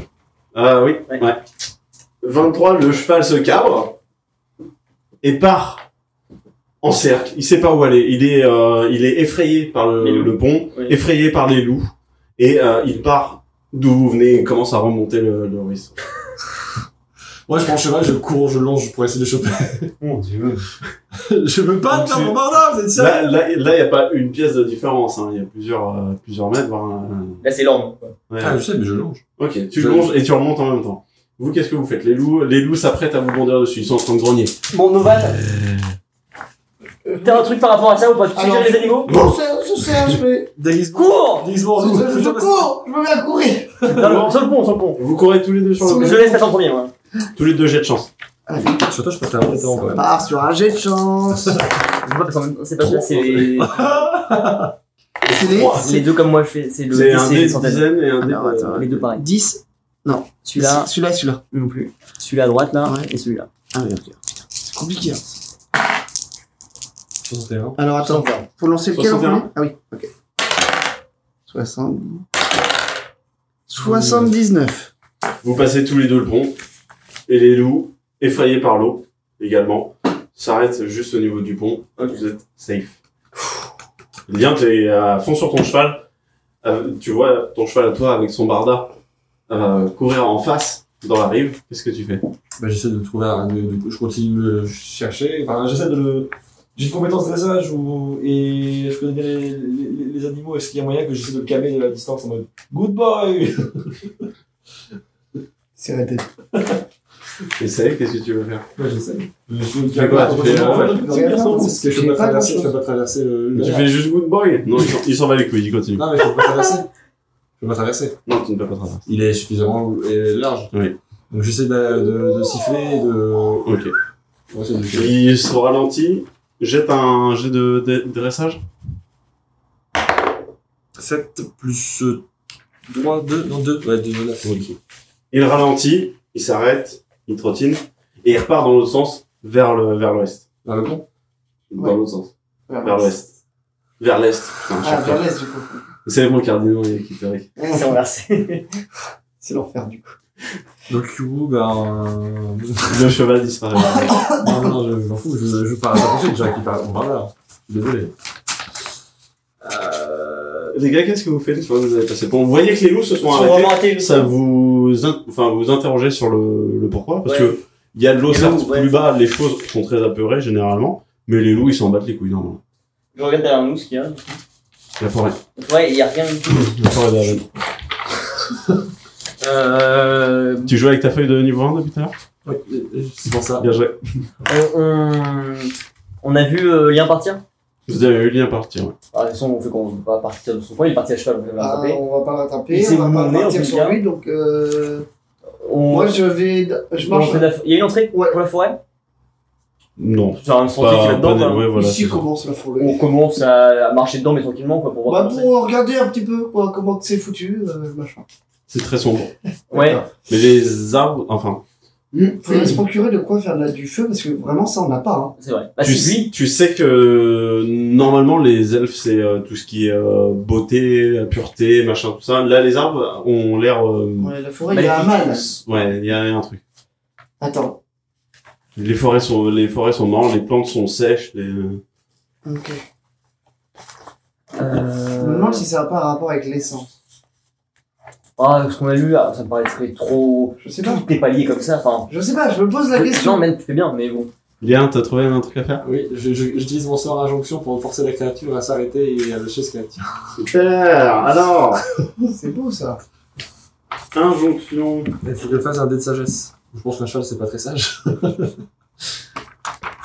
Euh, oui. Ouais. Ouais. 23, le cheval se cabre et part en cercle. Il sait pas où aller. Il est, euh, il est effrayé par Les le, loups. le pont, Oui. effrayé par les loups, et euh, il part d'où vous venez et commence à remonter le, le ruisseau. Moi, je prends le cheval, je cours, je longe pour essayer de le choper. Mon dieu. je veux pas Donc, te faire c'est- mon barda, vous êtes Là, sérieux là, là, il n'y a pas une pièce de différence. hein. Il y a plusieurs, euh, plusieurs mètres. voire un- Là, c'est l'angle. quoi. ouais. Ah, je sais, mais je longe. Ok, tu Je- longes et tu remontes en même temps. Vous, qu'est-ce que vous faites Les loups, les loups s'apprêtent à vous bondir dessus. Ils sont en train de grogner. Bon, Novan, Euh, t'as un truc par rapport à ça ou pas Tu Alors, suggères les animaux Bon, Serge, je Serge, mais. Cours Déguisement, nous. Je, je cours Je me mets à courir Non, non, sur le pont, sur le pont. Vous courez tous les deux sur le Je laisse passer en premier, moi. Tous les deux jets de chance. Allez, Sur toi, je peux te faire un temps, quand ça même. part sur un jet de chance C'est pas parce qu'en même temps, c'est pas ça, c'est les... C'est les. c'est les deux comme moi je fais, c'est le C'est un c'est dé les de centaines. dizaine et un dé Alors, attends. de... Les deux pareils. 10. Non. Celui-là. Celui-là, celui-là. Non plus. Celui-là à droite là Ouais. et celui-là. Ah oui, ok. Putain, c'est compliqué. Hein. 61. Alors attends, pour lancer lequel en 61? premier Ah oui, ok. 60. 79. Vous passez tous les deux le pont. Et les loups, effrayés par l'eau également, s'arrêtent juste au niveau du pont. Vous êtes safe. Bien, t'es à fond sur ton cheval. Euh, tu vois ton cheval à toi avec son barda euh, courir en face dans la rive. Qu'est-ce que tu fais Bah, j'essaie de trouver un. de- de- Je continue de le chercher. Enfin, j'essaie de le. J'ai une compétence dressage ou... et je connais bien les, les, les animaux. Est-ce qu'il y a moyen que j'essaie de le calmer de la distance en mode Good boy C'est arrêté. Et safe, qu'est-ce que tu veux faire Ouais, j'essaie. Je veux le fais quoi, calmer. tu fais, En fait, euh, je peux dire, non, c'est ce que je J'ai peux pas pas traverser. Je grand-chose. peux pas traverser le. le- Tu fais juste good boy Non, il s'en- il s'en va les couilles, il continue. Non, mais je peux pas traverser. Je peux pas traverser. Non, tu ne peux pas traverser. Il est suffisamment euh, large. Oui. Donc, j'essaie de, de, de siffler et de. Ok. Ouais, c'est de- Il se ralentit, jette un jet de, de- dressage. 7 plus 3, 2, non 2, ouais 2, là. Il ralentit, il s'arrête, il trottine, et il repart dans l'autre sens, vers le vers l'ouest. Dans le con Dans l'autre sens. Vers l'ouest. Vers l'est. Putain, Ah, bah. chaque fois. vers l'est, du coup. C'est mon cardinal il est qui t'arrive. Eh, C'est renversé. C'est l'enfer, du coup. Donc du coup, ben... Le cheval disparaît. non, non, je m'en fous, je, je parle pas tout de suite, j'ai qui parle, on parle là. Désolé. Euh... Les gars, qu'est-ce que vous faites une fois que vous avez passé Bon, vous voyez que les loups se sont Ils sont arrêtés. vraiment athées, le Ça coup. vous, in- enfin, vous interrogez sur le, le pourquoi, parce Ouais. que il y a de l'eau Les certes loups, ouais. plus bas, les choses sont très apeurées généralement, mais les loups ils s'en battent les couilles normalement. Je regarde derrière nous ce qu'il y a. La forêt, Ouais, il y a rien du tout. la forêt d'Aven. Euh... Tu joues avec ta feuille de niveau 1 depuis tout à l'heure Ouais, euh, c'est pour ça. Bien joué. On, on... on a vu euh, Lien partir Vous avez eu lien à partir. ouais. Ah, De toute façon, on fait qu'on va partir de son point, il est parti à cheval, on va le Ah, rattraper. on va pas Il l'attraper, s'est on va pas gourmé, en partir tout sur cas. lui, donc euh... On... Moi, je vais... Je on marche... fait de la... Il y a une entrée Ouais. pour la forêt Non. Genre une Pas, entrée qui va dedans. pas des- quoi. ouais, voilà, hein. Ici c'est ça. commence la fourrure. On commence à, à marcher dedans, mais tranquillement, quoi, pour voir Bah, comment pour regarder un petit peu quoi, comment que c'est foutu, euh, machin. C'est très sombre. c'est. Ouais. Mais les arbres, enfin, Faudrait se procurer de quoi faire de la- du feu, parce que vraiment, ça, on n'a pas. Hein. C'est vrai. Bah, tu, c'est lui. tu sais que normalement les elfes c'est euh, tout ce qui est euh, beauté, pureté, machin, tout ça. Là les arbres ont l'air... euh, Ouais, la forêt, il y a un mal. ouais, il y a un truc. Bah, Attends. Les forêts sont, les forêts sont mortes, les plantes sont sèches. Les... Ok. Je me Euh... demande si ça n'a pas un rapport avec l'essence. Ah, ce qu'on a lu, ah, ça me paraîtrait trop. Je sais pas. Tout est palier comme ça, enfin. Je sais pas, je me pose la Non, question. même, tu fais bien, mais bon. Léa, t'as trouvé un truc à faire Oui, je- je- j'utilise mon sort injonction pour forcer la créature à s'arrêter et à lâcher ce créature. Super Alors C'est beau ça. Injonction Il faut que je fasse un dé de sagesse. Je pense qu'un cheval, c'est pas très sage.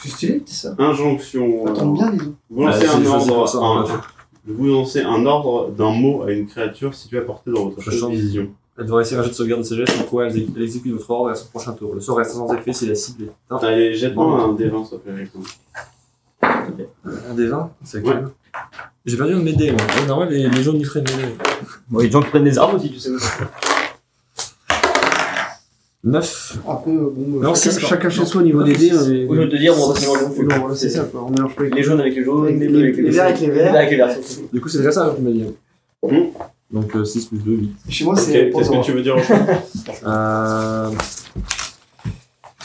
C'est stylé, c'est ça. Injonction Ça alors. tombe bien, Ah, dis donc. Vous lancez Bah, un c'est- c'est pour ça, ordre, hein. un- vous lancez un ordre d'un mot à une créature située à portée dans votre Je champ sens- de vision. Elle devra essayer un jeu de sauvegarde de sagesse, en quoi elle, exé- elle exécute votre ordre à son prochain tour. Le sort reste sans effet si la cible est atteinte. Allez, jette-moi un D20, ça fait rire. Un des 20 C'est Ouais. cool. J'ai perdu un de mes dés, moi. Ouais, normal, les, les gens n'y feraient de mes dés. Bon, il y a des gens qui prennent des arbres aussi, tu sais. 9. Après, euh, bon, euh, chacun, Non, c'est ça. chacun chez Non. soi au niveau Non, des dés. c'est ça. euh, Au lieu de te dire, bah, on va passer dans le euh, feu. Non, voilà, c'est ça, quoi. On mélange pas les Les jaunes avec les jaunes, Avec les- bleus les verts avec les verts. Avec les verts, surtout. Du coup, c'est déjà ça, hein, je me dis. Mm. Mhm. Donc, 6 plus 2, 8. Chez moi, Ok, Ah, c'est. qu'est-ce que tu veux dire au champ Euh...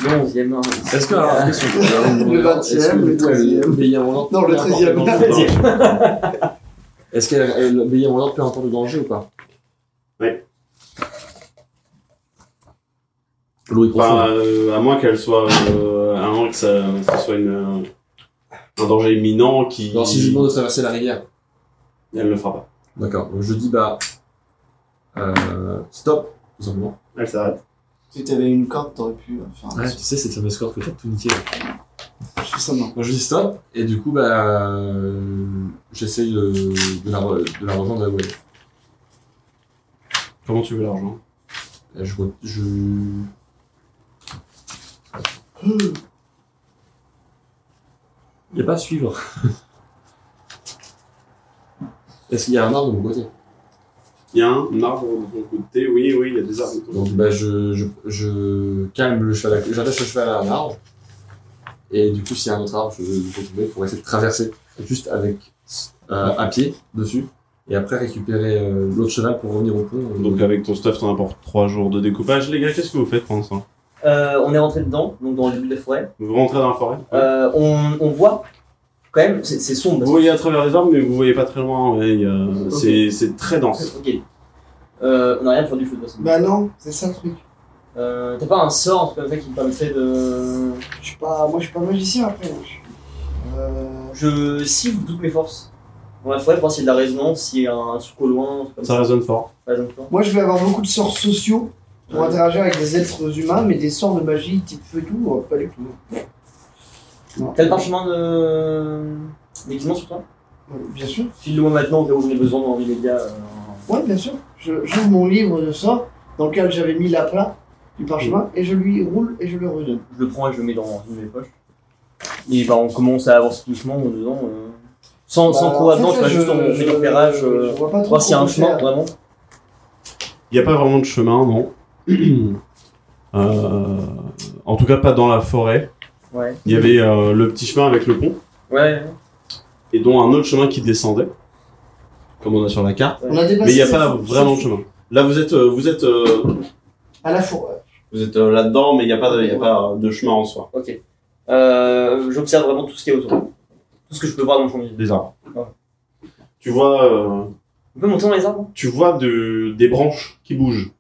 Le 11ème. hein. Est-ce que, alors, question, euh, Le 20e, le 13e. obéit à mon ordre Non, le peu importe 13e. le danger Vas-y. Est-ce qu'elle elle obéit à mon ordre peu importe le danger ou pas Oui. L'eau est profonde. Enfin, euh, à moins qu'elle soit, euh, à moins que ça, ça soit une, euh, un danger imminent qui. Genre, si je lui demande de traverser la rivière. Elle le fera pas. D'accord. Donc, je dis, bah. Euh, stop, tout simplement. Elle s'arrête. Si t'avais une corde, t'aurais pu euh, faire un tu sais, cette fameuse corde que t'as tout niqué. Je trouve ça marrant. Moi je dis stop, et du coup, bah, euh, j'essaye de, de, la re- de la rejoindre à la web. Comment tu veux l'argent Et Je, re- je... Il n'y a pas à suivre. Est-ce qu'il y a un arbre de mon côté Il y a un arbre de ton côté, oui, oui, il y a des arbres de ton Donc bah, je, je, je calme le cheval, à- j'attache le cheval à un arbre, et du coup s'il y a un autre arbre, je vais le retrouver pour essayer de traverser juste avec euh, un pied dessus, et après récupérer euh, l'autre cheval pour revenir au pont. Donc avec ton stuff, t'en apportes 3 jours de découpage. Les gars, qu'est-ce que vous faites pendant ça Euh, on est rentré dedans, donc dans le début de la forêt. Vous rentrez dans la forêt Euh, on, on voit quand même, c'est c'est sombre. Vous voyez à travers les arbres, mais vous voyez pas très loin. ouais, il y a- c'est- C'est très dense. Ok. Euh, on n'a rien pour du feu de toute façon. Bah non, c'est ça le truc. Euh, T'as pas un sort, un truc comme ça, qui me permettrait de. Je suis pas, moi, je suis pas magicien après. Je suis- Euh, Je siffle toutes mes forces. Dans la forêt pour essayer de la résonance, s'il y a un truc au loin, un truc comme ça. Ça résonne fort. Par exemple. moi, je vais avoir beaucoup de sorts sociaux pour Ouais. interagir avec des êtres humains, mais des sorts de magie type feu doux, euh, pas du tout. Non. T'as le parchemin de. d'équipement sur toi Ouais, Euh, Bien sûr. File-le-moi maintenant, au cas où j'en ai besoin dans l'immédiat. euh, Ouais, bien sûr. Je- J'ouvre mon livre de sorts dans lequel j'avais mis la plat du parchemin Mm. et je lui roule et je le redonne. Je le prends et je le mets dans une de mes poches. Et bah, on commence à avancer doucement en dedans. euh, Sans, sans Bah, courir en fait, dedans, tu là, vas juste en je- fait je- repérage. je euh, vois pas trop Voir s'il y a un comment chemin, faire. vraiment. Il n'y a pas vraiment de chemin, non. Euh, en tout cas, pas dans la forêt. Ouais. Il y avait euh, le petit chemin avec le pont, Ouais. et dont un autre chemin qui descendait, comme on a sur la carte. On a dépassé Mais il n'y a cette- pas vraiment de cette- chemin. Là, vous êtes, euh, vous êtes, euh, À la four. vous êtes euh, là-dedans, mais il n'y a pas, de, il y a pas euh, de chemin en soi. Ok. Euh, J'observe vraiment tout ce qu'il y a autour. Tout ce que je peux voir dans mon champ de vision. Des arbres. Ouais. Tu vois, euh, On peut monter dans les arbres tu vois de, des branches qui bougent.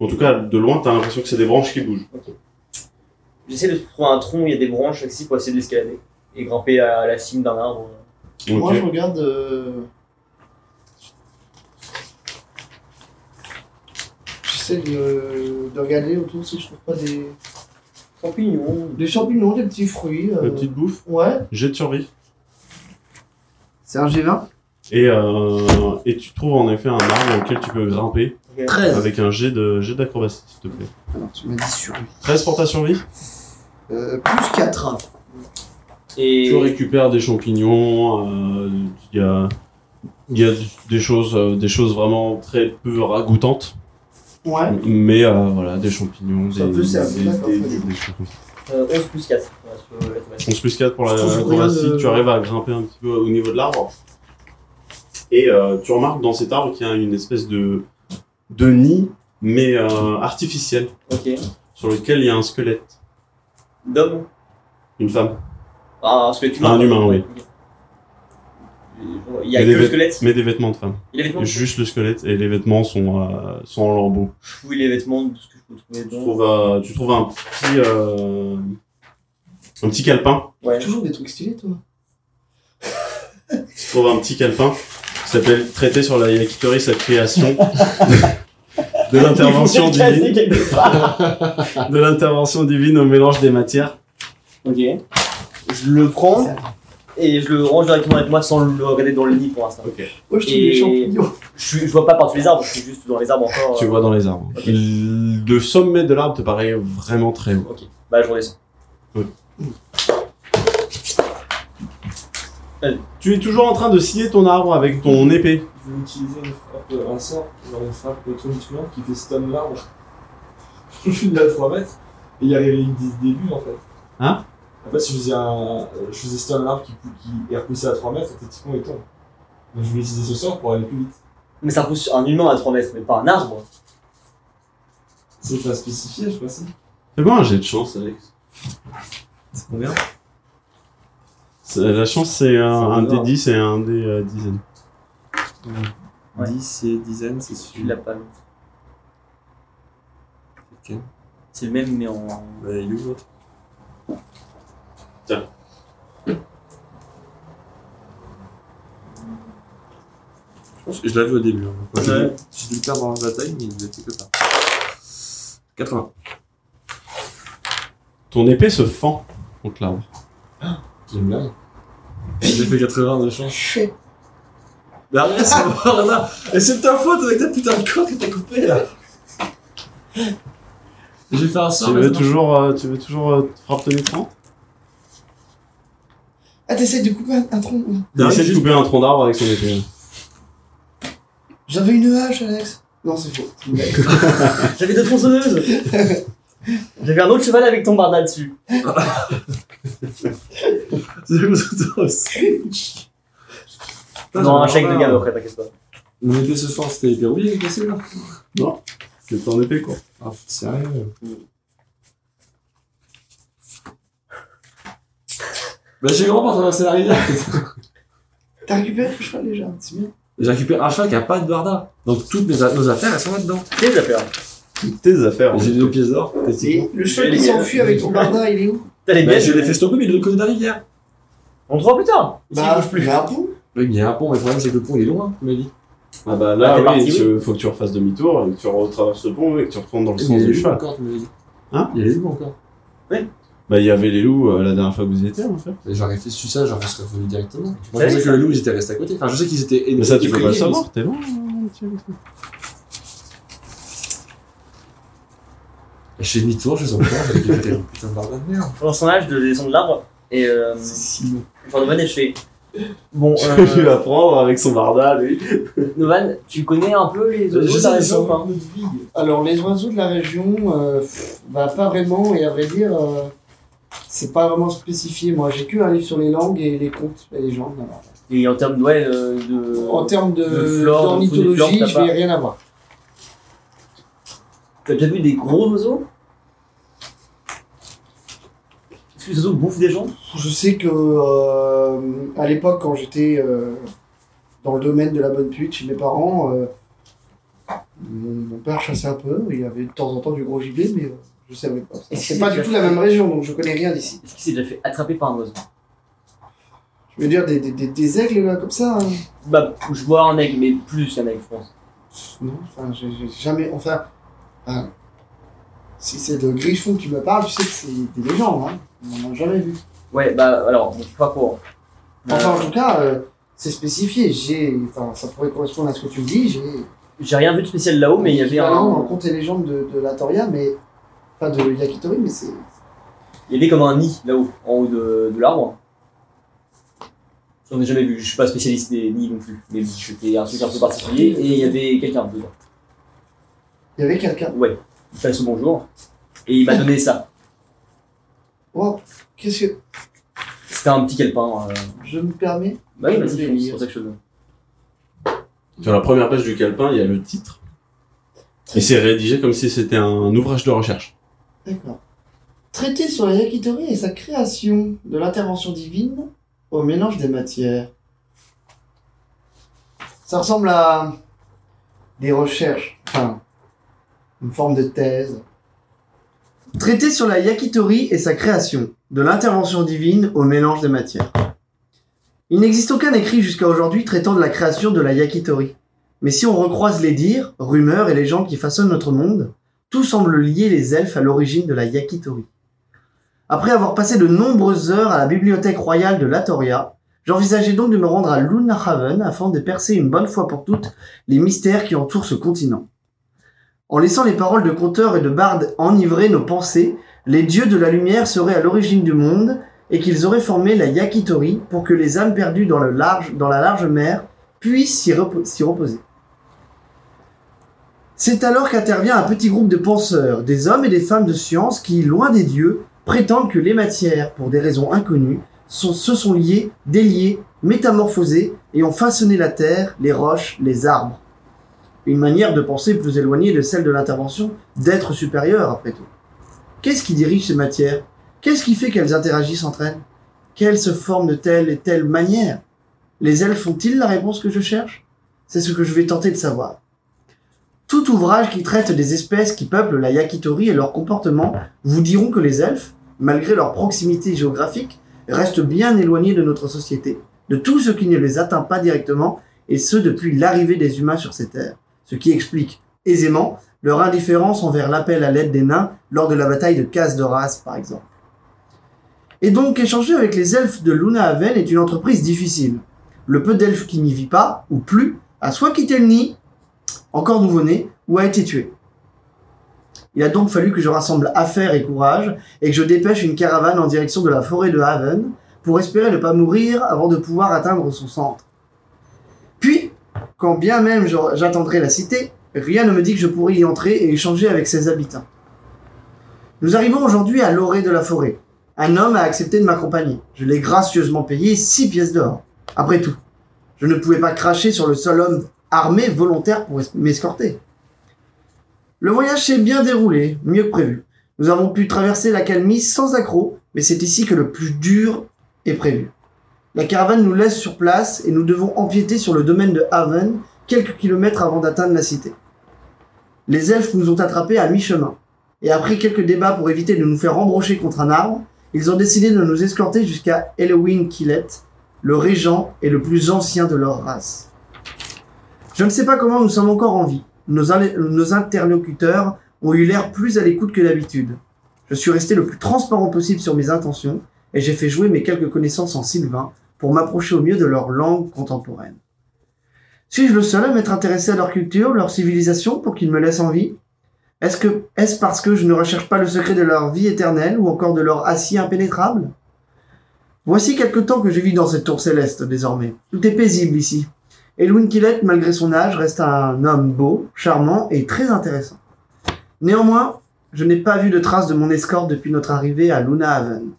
En tout cas, de loin, t'as l'impression que c'est des branches qui bougent. J'essaie de trouver un tronc où il y a des branches ici pour essayer de l'escalader et grimper à la cime d'un arbre. Moi, Ok. je regarde. euh, J'essaie de, de regarder autour si je trouve pas des, Champignons. des champignons, des petits fruits. euh, Une Petite bouffe, Ouais. jet de survie. C'est un G20 Et, euh, et tu trouves en effet un arbre auquel tu peux grimper Ok. 13. avec un jet de jet d'acrobatie, s'il te plaît. Alors, tu m'as dit survie. 13 pour ta survie. Euh, plus 4. Tu Et récupères des champignons, euh, il y a il y a des choses euh, des choses vraiment très peu ragoûtantes, Ouais. mais euh, voilà, des champignons, Ça des, peut servir, des- d'accord, des- très bien. des choses comme ça. euh, 11 plus 4. voilà, sur la thématique. 11 plus 4 pour la Je trouve rien acrobatie, de- tu arrives à grimper un petit peu au niveau de l'arbre. Et euh, tu remarques dans cet arbre qu'il y a une espèce de, de nid, mais euh, artificiel, Ok. sur lequel il y a un squelette, Dom. une femme, Ah, parce que tu Un humain, oui. Ok. Il y a Et que des le vêt- squelette. mais des vêtements de femme. Il y a les vêtements. Juste le squelette, et les vêtements sont, euh, sont en lambeaux. Oui, les vêtements, de ce que je peux trouver Tu dedans. trouves, euh, tu trouves un petit... euh, un petit calepin, Ouais. Toujours des trucs stylés, toi. tu trouves un petit calepin qui s'appelle Traité sur la yakitori, sa création de l'intervention Il faut divine. casser quelque part. de l'intervention divine au mélange des matières. ok. Je le prends et je le range directement avec moi sans le regarder dans le nid pour l'instant. Moi, je trouve Et- des champignons. Je, suis- je vois pas par-dessus les arbres, je suis juste dans les arbres encore. Tu euh, vois dans les arbres. Ok. Le sommet de l'arbre te paraît vraiment très haut. Ok, bah je redescends. Tu es toujours en train de scier ton arbre avec ton épée. Je vais utiliser une frappe, euh, un sort, genre une frappe tonitruante qui fait stun l'arbre. Je suis de la 3 mètres et il y a réveillé des débuts en fait. Hein En fait, si je faisais, un, euh, je faisais stun l'arbre qui, pou- qui est repoussé à 3 mètres, statistiquement il tombe. Donc je vais utiliser ce sort pour aller plus vite. Mais ça repousse un humain à 3 mètres, mais pas un arbre. C'est pas spécifié, je sais pas si. Fais-moi un jet de chance, Alex. C'est combien C'est- La chance, c'est un, C'est un des énorme. 10 et un des euh, dizaines. 10 et dizaines, c'est Tu l'as pas mis. C'est le même, mais en. il est où l'autre Je l'avais au début. hein. Moi, J'ai Ouais. dû- j'ai dû le perdre dans la bataille, mais il devait être quelque part. 80. Ton épée se fend contre l'arbre. C'est une blague. J'ai fait 80 de chance. Chut. Derrière, c'est moi, Renard. Et c'est de ta faute avec ta putain de corde que t'as coupé là. J'ai fait un sort. Tu veux maintenant. toujours, euh, tu veux toujours euh, frapper ton écran Ah, t'essayes de couper un, un tronc. ouais. Il Derrière, essaie de juste- couper un tronc d'arbre avec son épée. J'avais une hache, Alex. Non, c'est faux. C'est une blague. J'avais deux tronçonneuses J'avais un autre cheval avec ton barda dessus. C'est le couteau aussi. Putain, Non, un j'avais chèque de vraiment- gamme après, t'inquiète pas. Mon épée ce soir, c'était hyper oublié, cassé là. C'est ton épée, quoi. Ah, putain, sérieux. Mm. Bah, j'ai grand pour traverser la rivière. T'as récupéré le cheval déjà, c'est bien. J'ai récupéré un cheval qui a pas de barda. Donc, toutes mes a- nos affaires, elles sont là-dedans. Qu'est-ce que j'ai faire Toutes tes affaires. J'ai nos pièces d'or. techniquement. Et le cheval qui les s'est gars, enfui avec ton barda, il est où T'as les Bah, bêtes je l'ai fait stopper, mais il est de l'autre côté de la rivière. On le trouve plus tard Il s'y bouge il plus. y a un pont. Oui, mais il y a un pont, mais le problème, c'est que le pont, il est loin, tu m'as dit. Ah bah Ah, là, t'es oui, parti, tu- faut que tu refasses demi-tour, et que tu retraverses le pont, et que tu retournes dans le sens du cheval. encore, tu m'as dit. Hein Il y a les loups encore. Bah, il y avait les loups euh, la dernière fois que vous y étiez, en fait. Mais J'aurais fait su ça, j'aurais serais revenu directement. Moi, savais je pensais que ça le loup, ils étaient restés à côté. Enfin, je sais qu'ils étaient. Mais ça, tu peux pas le effrayés, savoir, t'es loin. euh, tu- mais- J'ai demi-tour, je les entends, j'ai récupéré un putain de barda de merde. Pendant son âge, de descendre de l'arbre et euh. Genre Novan et je fais. Bon, Tu euh, vas prendre avec son barda, lui. Novan, tu connais un peu les Je oiseaux hein. sais de la pas, région ou pas Alors, les oiseaux de la région, euh, pff, bah, pas vraiment, et à vrai dire, euh, c'est pas vraiment spécifié. Moi, j'ai que un livre sur les langues et les contes et les légendes. alors. Et en termes de, ouais, euh, de... En termes de, de flore, d'ornithologie, de faune et flore, je t'as vais pas- rien avoir. T'as déjà vu des gros oiseaux Est-ce que les oiseaux bouffent des gens Je sais que euh, à l'époque, quand j'étais euh, dans le domaine de la bonne pute chez mes parents, euh, mon, mon père chassait un peu. Il avait de temps en temps du gros gibier, mais euh, je savais pas. Est-ce C'est qu'il pas s'est du tout déjà la fait- même région, donc je connais rien d'ici. Est-ce qu'il s'est déjà fait attraper par un oiseau Je veux dire des, des, des, des aigles là comme ça. hein. Bah, je vois un aigle, mais plus qu'un aigle, je pense. Non, enfin, j'ai j'ai jamais. Enfin, hein, si c'est de Griffon que tu me parles, tu sais que c'est des légendes. Hein. On n'en a jamais vu. Ouais, bah alors, on est pas courant. Enfin, en Euh, tout cas, euh, c'est spécifié. J'ai, enfin, ça pourrait correspondre à ce que tu me dis. J'ai j'ai rien vu de spécial là-haut, Oh, mais il y avait Pas vraiment dans le un. conte et légende de, de la Toria, mais. Pas de Yakitori, mais c'est. Il y avait comme un nid là-haut, en haut de, de l'arbre. J'en ai jamais vu, je suis pas spécialiste des nids non plus. Mais c'était un truc un peu particulier, et il y avait quelqu'un dedans. Il y avait quelqu'un. Ouais, il fait son bonjour, et il m'a donné ça. Wow, qu'est-ce que. C'était un petit calepin. euh, Je me permets Bah oui, Je vas-y, vais fonce, lire. c'est pour ça que je te le donne. Sur la première page du calepin, il y a le titre. Et c'est rédigé comme si c'était un ouvrage de recherche. D'accord. Traité sur la Yakitori et sa création, de l'intervention divine au mélange des matières. Ça ressemble à des recherches, enfin, une forme de thèse. Traité sur la Yakitori et sa création, de l'intervention divine au mélange des matières. Il n'existe aucun écrit jusqu'à aujourd'hui traitant de la création de la Yakitori. Mais si on recroise les dires, rumeurs et légendes qui façonnent notre monde, tout semble lier les elfes à l'origine de la Yakitori. Après avoir passé de nombreuses heures à la bibliothèque royale de Latoria, j'envisageais donc de me rendre à Lunahaven afin de percer une bonne fois pour toutes les mystères qui entourent ce continent. En laissant les paroles de conteurs et de bardes enivrer nos pensées, les dieux de la lumière seraient à l'origine du monde et qu'ils auraient formé la Yakitori pour que les âmes perdues dans, le large, dans la large mer puissent s'y repo- s'y reposer. C'est alors qu'intervient un petit groupe de penseurs, des hommes et des femmes de science qui, loin des dieux, prétendent que les matières, pour des raisons inconnues, sont- se sont liées, déliées, métamorphosées et ont façonné la terre, les roches, les arbres. Une manière de penser plus éloignée de celle de l'intervention d'être supérieur, après tout. Qu'est-ce qui dirige ces matières Qu'est-ce qui fait qu'elles interagissent entre elles Qu'elles se forment de telle et telle manière Les elfes font-ils la réponse que je cherche C'est ce que je vais tenter de savoir. Tout ouvrage qui traite des espèces qui peuplent la Yakitori et leur comportement vous diront que les elfes, malgré leur proximité géographique, restent bien éloignés de notre société, de tout ce qui ne les atteint pas directement et ce depuis l'arrivée des humains sur ces terres, ce qui explique aisément leur indifférence envers l'appel à l'aide des nains lors de la bataille de Cas de Race, par exemple. Et donc, échanger avec les elfes de Luna Haven est une entreprise difficile. Le peu d'elfes qui n'y vit pas, ou plus, a soit quitté le nid, encore nouveau-né, ou a été tué. Il a donc fallu que je rassemble affaires et courage, et que je dépêche une caravane en direction de la forêt de Haven, pour espérer ne pas mourir avant de pouvoir atteindre son centre. Puis, quand bien même j'aur- j'attendrai la cité, rien ne me dit que je pourrai y entrer et échanger avec ses habitants. Nous arrivons aujourd'hui à l'orée de la forêt. Un homme a accepté de m'accompagner. Je l'ai gracieusement payé six pièces d'or. Après tout, je ne pouvais pas cracher sur le seul homme armé volontaire pour es- m'escorter. Le voyage s'est bien déroulé, mieux que prévu. Nous avons pu traverser la calmie sans accroc, mais c'est ici que le plus dur est prévu. La caravane nous laisse sur place et nous devons empiéter sur le domaine de Haven quelques kilomètres avant d'atteindre la cité. Les elfes nous ont attrapés à mi-chemin, et après quelques débats pour éviter de nous faire embrocher contre un arbre, ils ont décidé de nous escorter jusqu'à Elowin Killet, le régent et le plus ancien de leur race. Je ne sais pas comment nous sommes encore en vie. Nos, alé- nos interlocuteurs ont eu l'air plus à l'écoute que d'habitude. Je suis resté le plus transparent possible sur mes intentions, et j'ai fait jouer mes quelques connaissances en sylvain pour m'approcher au mieux de leur langue contemporaine. Suis-je le seul à m'être intéressé à leur culture, leur civilisation, pour qu'ils me laissent en vie Est-ce que est-ce parce que je ne recherche pas le secret de leur vie éternelle ou encore de leur acier impénétrable Voici quelque temps que je vis dans cette tour céleste désormais. Tout est paisible ici. Elwin Killett, malgré son âge, reste un homme beau, charmant et très intéressant. Néanmoins, je n'ai pas vu de traces de mon escorte depuis notre arrivée à Luna Haven.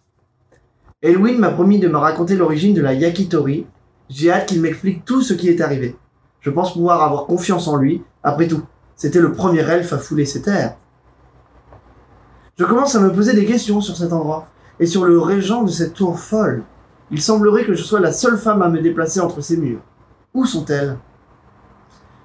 Elwin m'a promis de me raconter l'origine de la Yakitori. J'ai hâte qu'il m'explique tout ce qui est arrivé. Je pense pouvoir avoir confiance en lui. Après tout, c'était le premier elfe à fouler ces terres. Je commence à me poser des questions sur cet endroit et sur le régent de cette tour folle. Il semblerait que je sois la seule femme à me déplacer entre ces murs. Où sont-elles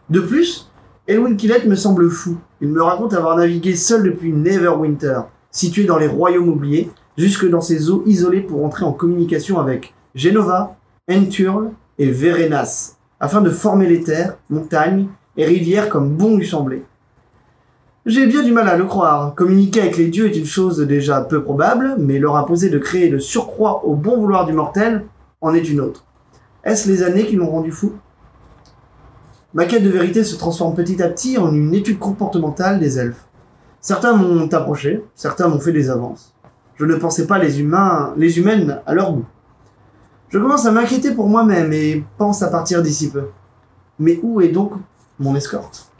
De plus, Elwin Killett me semble fou. Il me raconte avoir navigué seul depuis Neverwinter, situé dans les royaumes oubliés, jusque dans ces eaux isolées pour entrer en communication avec Genova, Enturle et Verenas, afin de former les terres, montagnes et rivières comme bon lui semblait. J'ai bien du mal à le croire. Communiquer avec les dieux est une chose déjà peu probable, mais leur imposer de créer le surcroît au bon vouloir du mortel en est une autre. Est-ce les années qui l'ont rendu fou Ma quête de vérité se transforme petit à petit en une étude comportementale des elfes. Certains m'ont approché, certains m'ont fait des avances. Je ne pensais pas les humains, les humaines à leur goût. Je commence à m'inquiéter pour moi-même et pense à partir d'ici peu. Mais où est donc mon escorte